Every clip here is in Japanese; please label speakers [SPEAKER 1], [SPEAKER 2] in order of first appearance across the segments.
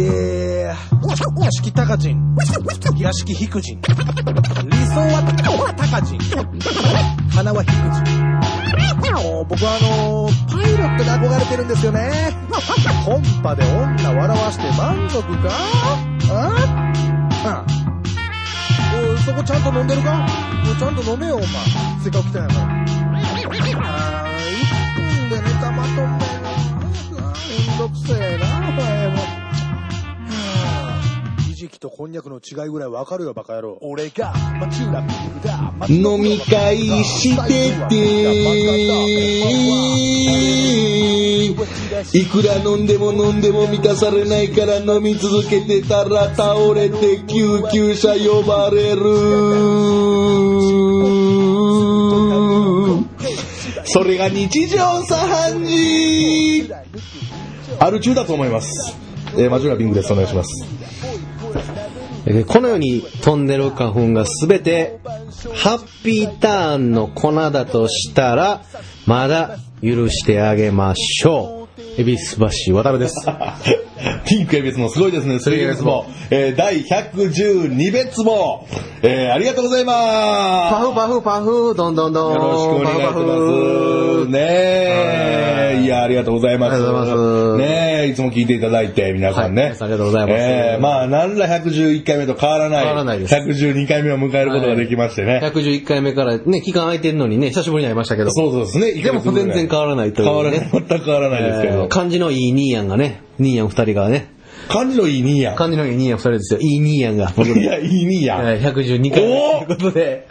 [SPEAKER 1] えー、屋敷高人、屋敷低人、理想は高人、花は低人。僕はあのー、パイロットに憧れてるんですよね。コンパで女笑わして満足かあ、うん、おいそこちゃんと飲んでるかおいちゃんと飲めよ、お前。せっかく来たんやから。あー、1分でネタまとめな。めんどくせえな、お前も。はあひじきとこんにゃくの違いぐらいわかるよ、バカ野郎。俺が、マチューラピーだ。
[SPEAKER 2] 飲み会してて、いくら飲んでも飲んでも満たされないから飲み続けてたら倒れて救急車呼ばれる。それが日常茶飯事ある中だと思います。えー、マジュラビングです。お願いします。
[SPEAKER 3] えーこのように飛んでる花粉がすべてハッピーターンの粉だとしたらまだ許してあげましょう恵比寿橋渡部です
[SPEAKER 2] ピンクエビスもすごいですね、スリーベスボ。えー、第112ベツボ。えー、ありがとうございます。
[SPEAKER 3] パフパフパフどんどんどん
[SPEAKER 2] よろしくお願いし
[SPEAKER 3] パフパ
[SPEAKER 2] ます。
[SPEAKER 3] フ
[SPEAKER 2] ねえ。いや、ありがとうございます。
[SPEAKER 3] ありがとうございます
[SPEAKER 2] ねえ、いつも聞いていただいて、皆さんね。
[SPEAKER 3] はい皆さんありがとうございます
[SPEAKER 2] ええまあ、なんら111回目と変わらない。
[SPEAKER 3] 変わらないです
[SPEAKER 2] 112回目を迎えることができましてね。
[SPEAKER 3] 111回目からね期間空いてるのにね久しぶりに会いましたけど
[SPEAKER 2] そうそうですね。
[SPEAKER 3] でも
[SPEAKER 2] 1ヶ月ぐら
[SPEAKER 3] 全然変わらないというね
[SPEAKER 2] 変わらない。全く変わらないですけ
[SPEAKER 3] え
[SPEAKER 2] ど
[SPEAKER 3] ー。漢字のいいニーヤンがねニーヤン二人がね
[SPEAKER 2] 感じのいい兄や
[SPEAKER 3] 漢字のいいニーヤン二人ですよいいニーヤンが僕
[SPEAKER 2] ん。いや、いい兄やん。
[SPEAKER 3] えー112回
[SPEAKER 2] お
[SPEAKER 3] 目
[SPEAKER 2] ー
[SPEAKER 3] ということで、え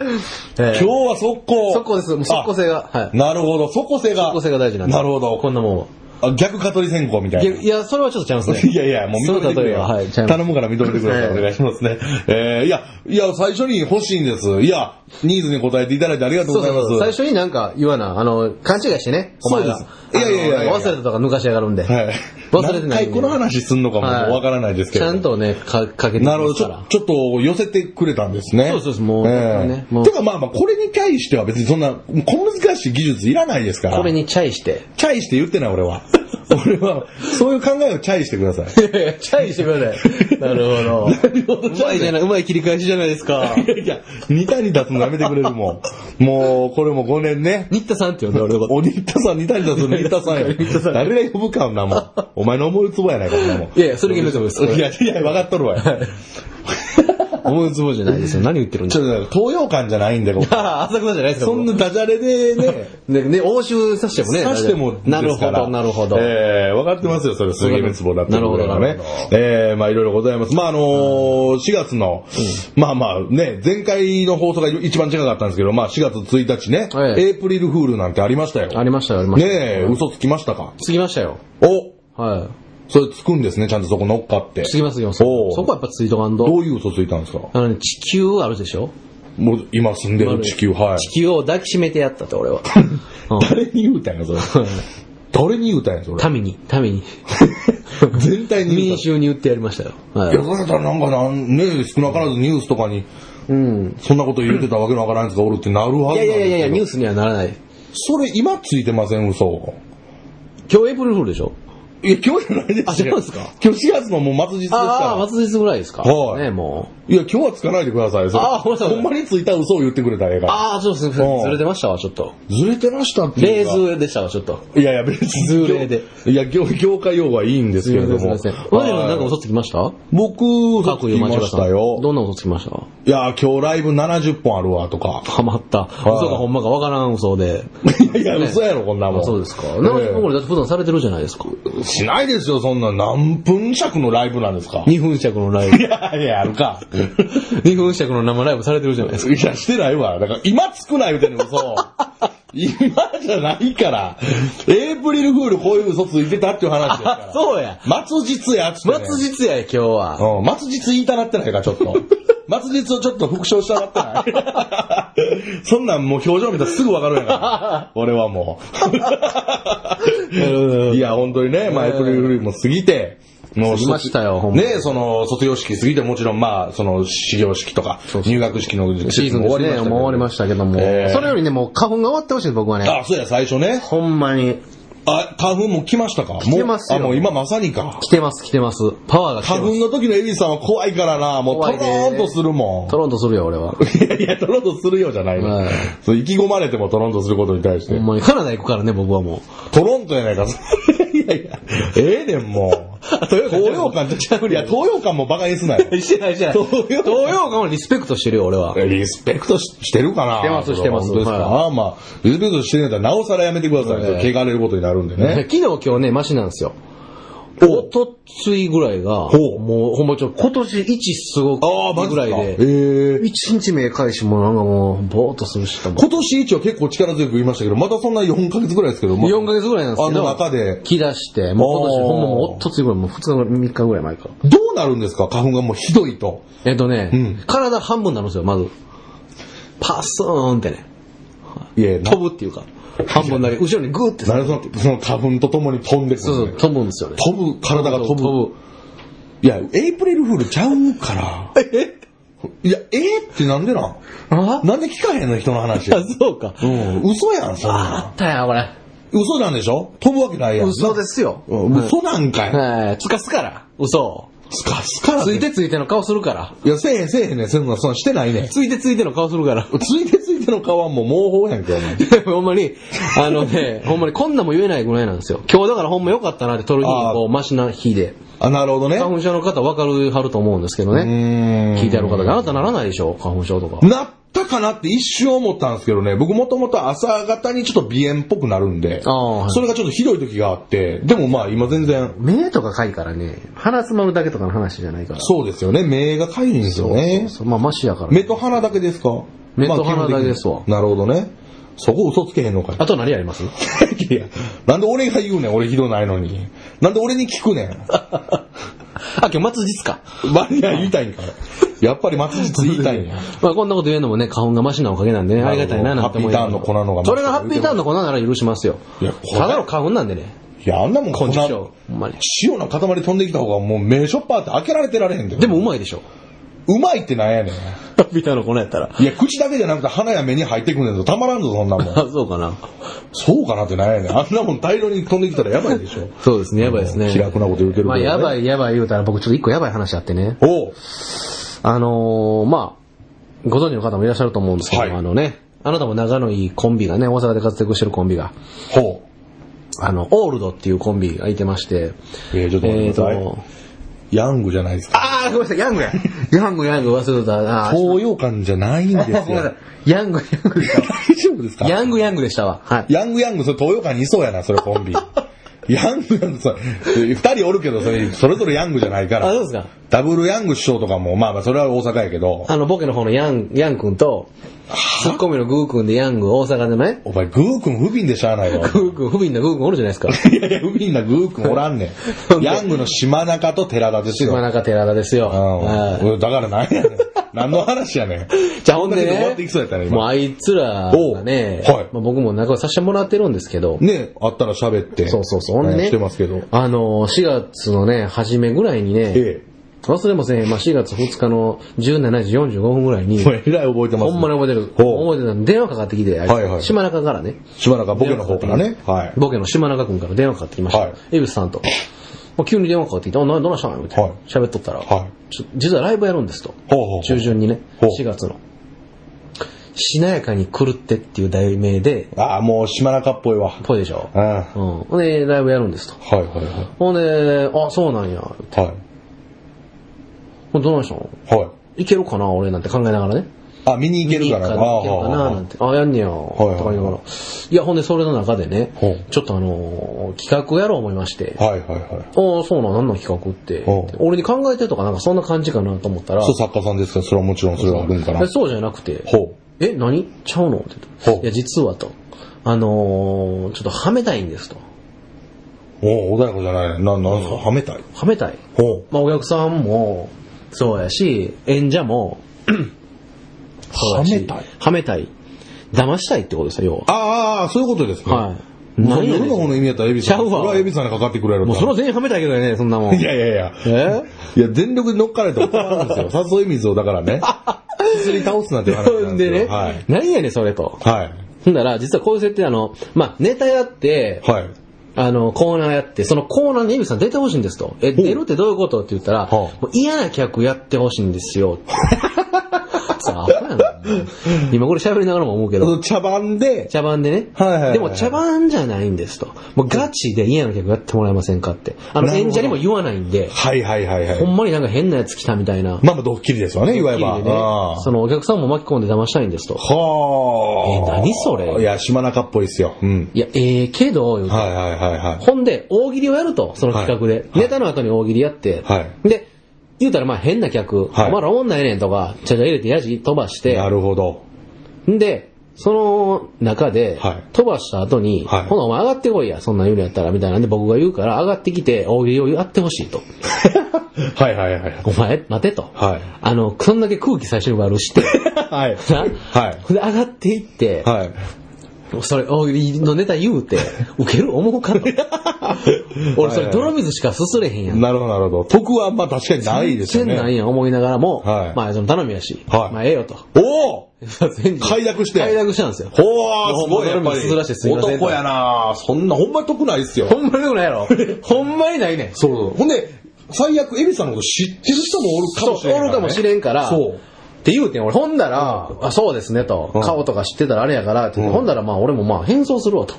[SPEAKER 3] ー
[SPEAKER 2] 今日は速攻。
[SPEAKER 3] 速攻です。もう速攻性が。はい
[SPEAKER 2] あ。なるほど。速攻性が。
[SPEAKER 3] 速攻性が大事なんです。
[SPEAKER 2] なるほど
[SPEAKER 3] こんなもんは。
[SPEAKER 2] あ逆蚊取り線香みた
[SPEAKER 3] い
[SPEAKER 2] い
[SPEAKER 3] や
[SPEAKER 2] な。
[SPEAKER 3] いや、それはちょっとちゃいますね。
[SPEAKER 2] いやいや、もう
[SPEAKER 3] そ
[SPEAKER 2] 認め
[SPEAKER 3] の
[SPEAKER 2] てく
[SPEAKER 3] 例
[SPEAKER 2] れ
[SPEAKER 3] え
[SPEAKER 2] よ。
[SPEAKER 3] は、はい、ちゃいます
[SPEAKER 2] 頼むから認めてください。
[SPEAKER 3] ええ
[SPEAKER 2] お願いしますね。えー、いや、いや、最初に欲しいんです。いや、ニーズに応えていただいてありがとう
[SPEAKER 3] そ
[SPEAKER 2] ご
[SPEAKER 3] う
[SPEAKER 2] ざい
[SPEAKER 3] そ
[SPEAKER 2] ま
[SPEAKER 3] う
[SPEAKER 2] す。
[SPEAKER 3] そう。最初になんか言わな、あの、勘違いしてね。お前が。
[SPEAKER 2] そうですいやいやいや
[SPEAKER 3] あのなんか忘れたとか抜かしやがるんで。
[SPEAKER 2] はい。
[SPEAKER 3] 忘れてな
[SPEAKER 2] 何
[SPEAKER 3] い
[SPEAKER 2] 回この話すんのかも
[SPEAKER 3] はい
[SPEAKER 2] わからないですけ
[SPEAKER 3] ち
[SPEAKER 2] ど。
[SPEAKER 3] ゃんとね、か、かけて
[SPEAKER 2] なるほど。ち
[SPEAKER 3] か
[SPEAKER 2] ょ
[SPEAKER 3] ら。
[SPEAKER 2] ちょっと寄せてくれたんですね。
[SPEAKER 3] そうそうそうもう
[SPEAKER 2] え
[SPEAKER 3] ね
[SPEAKER 2] え
[SPEAKER 3] もう
[SPEAKER 2] てかまあまあ、これに対しては別にそんな、小難しい技術いらないですから。
[SPEAKER 3] これにチャイして。
[SPEAKER 2] チャイして言ってない俺は。 俺は、そういう考えをチャイしてください。
[SPEAKER 3] チャイしてください。なるほど。うまいじゃない、うまい切り返しじゃないですか。
[SPEAKER 2] いやいや、似たに立つのやめてくれるもん。もう、これも5年ね。
[SPEAKER 3] 新田さんって呼んで俺のこと。
[SPEAKER 2] お、新田さん、似たに立つの新田さんや。誰が呼ぶかんなもん。お前の思うつぼやないか、そんなもん。
[SPEAKER 3] いやいや、それ決めてもいいです。
[SPEAKER 2] いやいや、分かっとるわよ。
[SPEAKER 3] 思うつぼじゃないですよ。何言ってるんです
[SPEAKER 2] ち
[SPEAKER 3] か。
[SPEAKER 2] ょっと、東洋館じゃないんだよ。
[SPEAKER 3] ああ、浅草じゃないですか。
[SPEAKER 2] そんなダジャレでね、
[SPEAKER 3] ね、ね、応酬さしてもね。
[SPEAKER 2] 刺しても
[SPEAKER 3] なる
[SPEAKER 2] ですか
[SPEAKER 3] ほ
[SPEAKER 2] ら
[SPEAKER 3] ど、なるほど。
[SPEAKER 2] えー、分かってますよ、それ、すげえ滅亡だっていうことだから
[SPEAKER 3] な
[SPEAKER 2] ね
[SPEAKER 3] るほどなる。
[SPEAKER 2] えー、まあいろいろございます。まああのー、4月の、まあまあね、前回の放送が一番近かったんですけど、まあ4月1日ね、
[SPEAKER 3] ええ
[SPEAKER 2] エイプリルフールなんてありましたよ。
[SPEAKER 3] ありましたよ、ありましたよ。
[SPEAKER 2] ねえ、嘘つきましたか。
[SPEAKER 3] つきましたよ。
[SPEAKER 2] お
[SPEAKER 3] は
[SPEAKER 2] それつくんですね、ちゃんとそこ乗っかって
[SPEAKER 3] い。。つきますよ、そ
[SPEAKER 2] おう
[SPEAKER 3] こはやっぱついとかんと
[SPEAKER 2] どういう嘘ついたんですか
[SPEAKER 3] あのね、地球あるでしょ
[SPEAKER 2] もう今住んでる地球、はい。
[SPEAKER 3] 地球を抱きしめてやったっ て、俺は。う
[SPEAKER 2] 誰に言うたんや、それ。誰に言うたんや、そ れ。
[SPEAKER 3] ん。民に、民に。
[SPEAKER 2] 全体に言
[SPEAKER 3] 民
[SPEAKER 2] うた。
[SPEAKER 3] 衆に言ってやりましたよ。はい
[SPEAKER 2] や、
[SPEAKER 3] い。
[SPEAKER 2] それだったらなんかなん、ね少なからずニュースとかに、
[SPEAKER 3] うん。
[SPEAKER 2] そんなこと言ってたわけのわからんやつがおるってなるはいずなんですけ
[SPEAKER 3] やいや
[SPEAKER 2] ど
[SPEAKER 3] いやいや、ニュースにはならない。
[SPEAKER 2] それ今ついてません、嘘。
[SPEAKER 3] 今日エイプリルフールでしょ
[SPEAKER 2] いや、今日じゃないです
[SPEAKER 3] あ違うんですか
[SPEAKER 2] 今日4月のもう末日ですから。
[SPEAKER 3] ああ、松日ぐらいですか。
[SPEAKER 2] はい
[SPEAKER 3] ね、もう。
[SPEAKER 2] いや、今日はつかないでください。それ
[SPEAKER 3] あーごめんなさい
[SPEAKER 2] ほんまについた嘘を言ってくれたらええから。
[SPEAKER 3] ああ、そうですね。
[SPEAKER 2] うん
[SPEAKER 3] ずれてましたわ、ちょっと。
[SPEAKER 2] ずれてましたってい
[SPEAKER 3] レ
[SPEAKER 2] うか。
[SPEAKER 3] ーズでしたわ、ちょっと。
[SPEAKER 2] いやいや、別に。
[SPEAKER 3] ズレで。
[SPEAKER 2] いや、業業界用語はいいんです
[SPEAKER 3] す
[SPEAKER 2] け
[SPEAKER 3] い
[SPEAKER 2] れ
[SPEAKER 3] ませ
[SPEAKER 2] ど
[SPEAKER 3] ん、すい
[SPEAKER 2] も。
[SPEAKER 3] ません。マジのなんか嘘つきました
[SPEAKER 2] 僕、嘘つ
[SPEAKER 3] 各
[SPEAKER 2] き
[SPEAKER 3] 言
[SPEAKER 2] ま
[SPEAKER 3] 間違え
[SPEAKER 2] したよ。
[SPEAKER 3] どんな嘘つきました
[SPEAKER 2] いや、今日ライブ70本あるわ、と か。
[SPEAKER 3] ハマった。嘘かほんまかわからん嘘 で。
[SPEAKER 2] いやいや、嘘やろ、こんなもん。
[SPEAKER 3] そうですか。70分ぐらいだって普段されてるじゃないですか。
[SPEAKER 2] ええしないですよ、そんな。何分尺のライブなんですか。
[SPEAKER 3] 2分尺のライ
[SPEAKER 2] い
[SPEAKER 3] ブ。
[SPEAKER 2] やいや、ある か。
[SPEAKER 3] 2分尺の生ライブされてるじゃないですか。
[SPEAKER 2] いや、してないわ。だから、今つくないみたいな 嘘。今じゃないから。エイプリルフールこういう嘘ついてたっていう話です から。
[SPEAKER 3] そうや。
[SPEAKER 2] 末日やっつって、ね。
[SPEAKER 3] 末日や、今日は。
[SPEAKER 2] うん、末日言いたなってないか、ちょっと。 末日をちょっと復唱したなってない。 そんなんもう表情見たらすぐわかるやん から。俺はもう。いや、本当にね、まあ、エイプリルフールも過ぎて、もう、
[SPEAKER 3] 過ぎましたよほんまに
[SPEAKER 2] ね、その、卒業式過ぎて、もちろん、まあ、その、始業式とか、入学式の
[SPEAKER 3] シーズンですね。もう終わりま
[SPEAKER 2] し
[SPEAKER 3] したけども。
[SPEAKER 2] えー
[SPEAKER 3] それよりね、もう花粉が終わってほしいです、僕はね。
[SPEAKER 2] あ、そうや、最初ね。
[SPEAKER 3] ほんまに。
[SPEAKER 2] あ、花粉も来ましたか
[SPEAKER 3] 来てますよ
[SPEAKER 2] もうあ、もう今まさにか。
[SPEAKER 3] 来てます、来てます。パワーが来て
[SPEAKER 2] 花
[SPEAKER 3] ま
[SPEAKER 2] 粉
[SPEAKER 3] す。
[SPEAKER 2] の時のエビさんは怖いからな、もうト
[SPEAKER 3] 怖
[SPEAKER 2] ロ
[SPEAKER 3] いね
[SPEAKER 2] ーンとするもん。
[SPEAKER 3] トロンとするよ、俺は。
[SPEAKER 2] いやいや、トロンとするようじゃないの。
[SPEAKER 3] はい
[SPEAKER 2] そう、意気込まれてもトロンとすることに対し
[SPEAKER 3] ほ
[SPEAKER 2] て
[SPEAKER 3] ん。まにカナダ行くからね、僕はもう。
[SPEAKER 2] トロンとやないか。いやいや、ええねん、もう。東洋館ちゃういや、東洋館もバカにすなよ。
[SPEAKER 3] してない、してない。東洋館をリスペクトしてるよ、俺は。
[SPEAKER 2] リスペクトししてるかな
[SPEAKER 3] してますしてます
[SPEAKER 2] 本当ですか、
[SPEAKER 3] は
[SPEAKER 2] ああまあ、リスペクトしてるんだったら、なおさらやめてください。
[SPEAKER 3] ええ
[SPEAKER 2] 汚れることになるんで
[SPEAKER 3] 昨
[SPEAKER 2] ね。
[SPEAKER 3] 日今日ね、マシなんですよ。おとついぐらいが、
[SPEAKER 2] ほう
[SPEAKER 3] もうほんまちょ、今年一すご
[SPEAKER 2] ああ、マ
[SPEAKER 3] く
[SPEAKER 2] ジ
[SPEAKER 3] ぐ
[SPEAKER 2] からえ
[SPEAKER 3] い
[SPEAKER 2] え
[SPEAKER 3] で、一日目返しもなんかもう、ぼーっとするしと思
[SPEAKER 2] 今年一は結構力強く言いましたけど、またそんな4ヶ月ぐらいですけど、まあ
[SPEAKER 3] 4ヶ月ぐらいなんですけ
[SPEAKER 2] あ
[SPEAKER 3] ど、
[SPEAKER 2] の中で
[SPEAKER 3] 来だして、もう今
[SPEAKER 2] あー
[SPEAKER 3] 年ほんまもうおとついぐらい、もう普通の3日ぐらい前から。
[SPEAKER 2] どうなるんですか花粉がもうひどいと。
[SPEAKER 3] えっとね、
[SPEAKER 2] うん
[SPEAKER 3] 体半分になるんですよ、まず。パスーンってね、
[SPEAKER 2] いや、な
[SPEAKER 3] 飛ぶっていうか、半分だけ、後ろにグーって
[SPEAKER 2] なるその、その花粉とともに飛んでく
[SPEAKER 3] そう
[SPEAKER 2] る
[SPEAKER 3] そ
[SPEAKER 2] んですね、
[SPEAKER 3] う、飛ぶんですよね。
[SPEAKER 2] 飛ぶ、体が飛ぶ。
[SPEAKER 3] 飛ぶ。
[SPEAKER 2] いや、エイプリルフールちゃうから。いや、えーってなんでなん
[SPEAKER 3] あ
[SPEAKER 2] なんで聞かへんの人の話。
[SPEAKER 3] あ、そうか。
[SPEAKER 2] うん、嘘やん、そん
[SPEAKER 3] ああ
[SPEAKER 2] な
[SPEAKER 3] ったや、これ。
[SPEAKER 2] ん。嘘なんでしょ飛ぶわけないやん。
[SPEAKER 3] 嘘ですよ。
[SPEAKER 2] うん嘘なんかい。
[SPEAKER 3] はい、つかすから。嘘。
[SPEAKER 2] スカスカなん
[SPEAKER 3] つ
[SPEAKER 2] て
[SPEAKER 3] いてついての顔するから。
[SPEAKER 2] いや、せえへんせえへんねん、そんな、そんなしてないねん。
[SPEAKER 3] ついてついての顔するから。
[SPEAKER 2] ついてついての顔はもう毛包やんけ、お前。
[SPEAKER 3] ほんまに、あのね、ほんまにこんなんも言えないぐらいなんですよ。今日だからほんま良かったなって撮る日
[SPEAKER 2] あー
[SPEAKER 3] にこう、マシな日で。
[SPEAKER 2] あ、なるほどね。
[SPEAKER 3] 花粉症の方分かるはると思うんですけど
[SPEAKER 2] う
[SPEAKER 3] ね。
[SPEAKER 2] ーん。
[SPEAKER 3] 聞いてある方で、あなたならないでしょ花粉症とか。
[SPEAKER 2] なったかなって一瞬思ったんですけどね、僕もともと朝方にちょっと鼻炎っぽくなるんで、
[SPEAKER 3] ああはい
[SPEAKER 2] それがちょっとひどい時があって、でもまあ今全然、
[SPEAKER 3] 目とかかいからね、鼻つまむだけとかの話じゃないから。
[SPEAKER 2] そうですよね、目がかゆいんですよね。
[SPEAKER 3] そうまあ、マシやから。
[SPEAKER 2] 目と鼻だけですか
[SPEAKER 3] 目と鼻
[SPEAKER 2] まあ基本的に
[SPEAKER 3] だけですわ
[SPEAKER 2] なるほどね。そこ嘘つけへんのかい
[SPEAKER 3] あと何やります
[SPEAKER 2] いや、なんで俺が言うねん、俺ひどないのに。なんで俺に聞くねん。
[SPEAKER 3] あ、今日末日か。
[SPEAKER 2] マリア言いたいんか。やっぱり松日言いたいんや。
[SPEAKER 3] まあこんなこと言うのもね、花粉がマシなおかげなんでね、ありがたいななんて思いなが
[SPEAKER 2] ハッピーター
[SPEAKER 3] ら
[SPEAKER 2] ンの粉の方がマシ
[SPEAKER 3] それがハッピーターンの粉なら許しますよ
[SPEAKER 2] いやこ。れ
[SPEAKER 3] ただの花粉なんでね。
[SPEAKER 2] いや、あんなもんこんな
[SPEAKER 3] 根性ほんまに
[SPEAKER 2] 塩の塊飛んできた方がもう名ショッパーって開けられてられへんで。
[SPEAKER 3] でもうまいでしょ。
[SPEAKER 2] うまいってなんやねん。
[SPEAKER 3] ハッピーターンの粉やったら。
[SPEAKER 2] いや、口だけじゃなくて鼻や目に入ってくんねんぞ。たまらんぞ、そんなもん。
[SPEAKER 3] あ、そうかな。
[SPEAKER 2] そうかなってなんやねん。あんなもん大量に飛んできたらやばいでしょ。
[SPEAKER 3] そうですね、やばいですね。
[SPEAKER 2] 気楽なこと言うてるけど、ね。
[SPEAKER 3] まあやば
[SPEAKER 2] い。
[SPEAKER 3] いやばい言うたら僕ちょっと一個やばい話あってね。
[SPEAKER 2] おう
[SPEAKER 3] あのー、まあ、ご存知の方もいらっしゃると思うんですけど、
[SPEAKER 2] はい
[SPEAKER 3] あのね、あなたも仲のいいコンビがね、大阪で活躍してるコンビが、
[SPEAKER 2] ほ
[SPEAKER 3] あの、オールドっていうコンビがいてまして、
[SPEAKER 2] う。えー、ちょっと待って
[SPEAKER 3] えー
[SPEAKER 2] ください。
[SPEAKER 3] と、
[SPEAKER 2] ヤングじゃないですか。
[SPEAKER 3] あーごめんなさい、ヤングや。 ヤング、ヤング、忘れてた。あー
[SPEAKER 2] 東洋館じゃないんですよ。
[SPEAKER 3] ごめんなさいヤング、ヤングでしたわ。
[SPEAKER 2] 大丈夫ですか
[SPEAKER 3] ヤング、ヤングでしたわ。はい。
[SPEAKER 2] ヤングヤング、それ東洋館にいそうやな、それコ ンビ。ヤングヤング、それ二人おるけど、それ、それぞれヤングじゃないから。
[SPEAKER 3] あそうですか
[SPEAKER 2] ダブルヤング師匠とかも、まあまあ、それは大阪やけど、
[SPEAKER 3] あの、ボケの方のヤン、ヤン君と、ツッコミのグー君でヤング、大阪でね、
[SPEAKER 2] お前、グー君不憫でしゃあないわ。
[SPEAKER 3] グー君、不憫なグー君おるじゃないですか。
[SPEAKER 2] いやいや、不憫なグー君おらん ねん。ヤングの島中と寺田ですよ。
[SPEAKER 3] 真中寺田ですよ。
[SPEAKER 2] う
[SPEAKER 3] は
[SPEAKER 2] ん。だから何 やねん。何の話やねん。
[SPEAKER 3] いじゃあほんで
[SPEAKER 2] こなこと終わ
[SPEAKER 3] ね
[SPEAKER 2] っていきそうやったね、、
[SPEAKER 3] もう
[SPEAKER 2] 今。
[SPEAKER 3] あいつらがね、
[SPEAKER 2] おうはい
[SPEAKER 3] まあ、僕も仲良くさせてもらってるんですけど、
[SPEAKER 2] ねあったら喋って。
[SPEAKER 3] そうそうそう。ほん
[SPEAKER 2] ね
[SPEAKER 3] でね、
[SPEAKER 2] してますけど。
[SPEAKER 3] あの、4月のね、初めぐらいにね、
[SPEAKER 2] え
[SPEAKER 3] 忘れもせん、まあ、4月2日の17時45分ぐらいに
[SPEAKER 2] え。も、うえらい覚えてます、
[SPEAKER 3] ほんまに覚えてる。
[SPEAKER 2] ほう
[SPEAKER 3] 覚えてたの電話かかってきて、
[SPEAKER 2] はいはい
[SPEAKER 3] 島中からね、
[SPEAKER 2] 島中、僕の方からね。はい。
[SPEAKER 3] ボケの島中君から電話かかってきました。
[SPEAKER 2] はい
[SPEAKER 3] エビスさんと。もう急に電話かかってきて、あ、などんなしたんみたい
[SPEAKER 2] は
[SPEAKER 3] な。
[SPEAKER 2] い
[SPEAKER 3] 喋っとったら、
[SPEAKER 2] は
[SPEAKER 3] ちょ実はライブやるんですと。
[SPEAKER 2] ほうほうほう
[SPEAKER 3] 中旬にね、
[SPEAKER 2] ほう
[SPEAKER 3] 4月の。しなやかに狂ってっていう題名で、
[SPEAKER 2] ああ、もう島中っぽいわ。
[SPEAKER 3] ぽいでしょ
[SPEAKER 2] う。ん。は
[SPEAKER 3] うん。ほんで、ライブやるんですと。
[SPEAKER 2] いはいはい。
[SPEAKER 3] ほんで、あ、そうなんや。
[SPEAKER 2] は
[SPEAKER 3] ほんでどないしたの
[SPEAKER 2] い。はい。
[SPEAKER 3] いけるかな俺なんて考えながらね。
[SPEAKER 2] あ、見に行けるから
[SPEAKER 3] いい
[SPEAKER 2] ああ
[SPEAKER 3] いけるかななんて。あ、やんねや。と
[SPEAKER 2] いはい
[SPEAKER 3] か言いながら。いや、ほんで、それの中でね
[SPEAKER 2] ほう、
[SPEAKER 3] ちょっとあのー、企画やろう思いまして。
[SPEAKER 2] はいはいはい。
[SPEAKER 3] ああ、そうなん、何の企画って
[SPEAKER 2] おう。
[SPEAKER 3] 俺に考えてとかなんかそんな感じかなと思ったら、
[SPEAKER 2] そう、作家さんですから、それはもちろんそれはあるんかな
[SPEAKER 3] え。そうじゃなくて、
[SPEAKER 2] ほ
[SPEAKER 3] え、何ちゃうのって
[SPEAKER 2] ほ
[SPEAKER 3] 言
[SPEAKER 2] う
[SPEAKER 3] って。いや、実はと。あのー、ちょっとはめたいんですと。
[SPEAKER 2] う。おう穏やかじゃないね。な、なんすか、はめたい。
[SPEAKER 3] はめたい。
[SPEAKER 2] ほ
[SPEAKER 3] まあ、お客さんも、そうやし、演者も、そうやし
[SPEAKER 2] はめたい
[SPEAKER 3] はめたい。騙したいってことですよ、要は。
[SPEAKER 2] ああ、そういうことですか。。
[SPEAKER 3] はいい。
[SPEAKER 2] もう
[SPEAKER 3] 何や
[SPEAKER 2] 夜
[SPEAKER 3] ねん
[SPEAKER 2] の方の意味やったらエビさん。
[SPEAKER 3] ちゃうわ
[SPEAKER 2] それはエビさんにかかってくれる
[SPEAKER 3] もうそれは全員はめたいけどね、そんなもん。
[SPEAKER 2] いやいやいや。
[SPEAKER 3] え
[SPEAKER 2] いや、全力で乗っかれて怒られるんですよ。誘い水をだから ね。すすり倒すなんていう話
[SPEAKER 3] ほ
[SPEAKER 2] なん
[SPEAKER 3] ん
[SPEAKER 2] で
[SPEAKER 3] です
[SPEAKER 2] よ。
[SPEAKER 3] ね、
[SPEAKER 2] はい。
[SPEAKER 3] 何やねん、それと。
[SPEAKER 2] はい。
[SPEAKER 3] ほんなら、実はこういう設定、あの、まあ、ネタやって、
[SPEAKER 2] はい。
[SPEAKER 3] あの、コーナーやって、そのコーナーにエビさん出てほしいんですと。え、出るってどういうことって言ったら、
[SPEAKER 2] ほう
[SPEAKER 3] もう嫌な客やってほしいんですよ。 さあ、アホやな。今これ喋りながらも思うけど、
[SPEAKER 2] 茶番で、
[SPEAKER 3] 茶番でね。
[SPEAKER 2] はいはいはい
[SPEAKER 3] でも茶番じゃないんですと。もうガチで嫌な客やってもらえませんかって。あの、
[SPEAKER 2] なるほど
[SPEAKER 3] 演者にも言わないんで、
[SPEAKER 2] はいはいはいは
[SPEAKER 3] ほ
[SPEAKER 2] い。
[SPEAKER 3] んまになんか変なやつ来たみたいな。
[SPEAKER 2] まあまあドッキリですよね、いわゆる。
[SPEAKER 3] でね
[SPEAKER 2] ああ
[SPEAKER 3] そのお客さんも巻き込んで騙したいんですと。
[SPEAKER 2] はあ。
[SPEAKER 3] え何それ
[SPEAKER 2] いや、島中っぽいですよ。うん。
[SPEAKER 3] いや、ええけど、言うて
[SPEAKER 2] はいはいはいはい。
[SPEAKER 3] ほんで、大喜利をやると、その企画で。
[SPEAKER 2] はい
[SPEAKER 3] ネタの後に大喜利やって、
[SPEAKER 2] はい
[SPEAKER 3] で、言うたらまあ変な客、
[SPEAKER 2] はい
[SPEAKER 3] お前らおんないねんとか、ちゃちゃ入れてやじ飛ばして、
[SPEAKER 2] なるほど。
[SPEAKER 3] んで、その中で
[SPEAKER 2] はい、
[SPEAKER 3] 飛ばした後に、
[SPEAKER 2] はい
[SPEAKER 3] ほなお前上がってこいや、そんなん言うのやったら、みたいなんで僕が言うから、上がってきて大喜利をやってほしいと。
[SPEAKER 2] はいはい はい。
[SPEAKER 3] お前、待てと。
[SPEAKER 2] はい
[SPEAKER 3] あの、そんだけ空気最初に割るして、
[SPEAKER 2] はい。
[SPEAKER 3] な、
[SPEAKER 2] はい。
[SPEAKER 3] で上がっていって、
[SPEAKER 2] はい。
[SPEAKER 3] それ、大喜利のネタ言 うて、ウケる思うかと。 俺、それ、泥水しかすすれへんやん。
[SPEAKER 2] なるほどなるほど。得はまあ確かにないですよ
[SPEAKER 3] 全然ない
[SPEAKER 2] ね。
[SPEAKER 3] やん思いながらも、
[SPEAKER 2] はい
[SPEAKER 3] まあその頼みやし、
[SPEAKER 2] はい
[SPEAKER 3] まあええよと。
[SPEAKER 2] おお
[SPEAKER 3] 全然
[SPEAKER 2] 快諾して
[SPEAKER 3] 快諾したんですよ。
[SPEAKER 2] ほー、
[SPEAKER 3] ほ
[SPEAKER 2] す
[SPEAKER 3] んま
[SPEAKER 2] ごいやっぱ
[SPEAKER 3] ドルミスずらしてすい
[SPEAKER 2] り。
[SPEAKER 3] ません
[SPEAKER 2] 男やなそんな、ほんまに得ないっすよ。
[SPEAKER 3] ほんまによくない やろ。ほんまにないねん。
[SPEAKER 2] そうそう。ほんで、最悪、エビさんのこと知ってる人もおるかもしれん
[SPEAKER 3] お
[SPEAKER 2] らね
[SPEAKER 3] るかもしれんから、
[SPEAKER 2] そう。
[SPEAKER 3] って言うてん、俺。ほんだら、あ、そうですねと、
[SPEAKER 2] うん
[SPEAKER 3] 顔とか知ってたらあれやから、って言ってほんだらまあ俺もまあ変装するわと。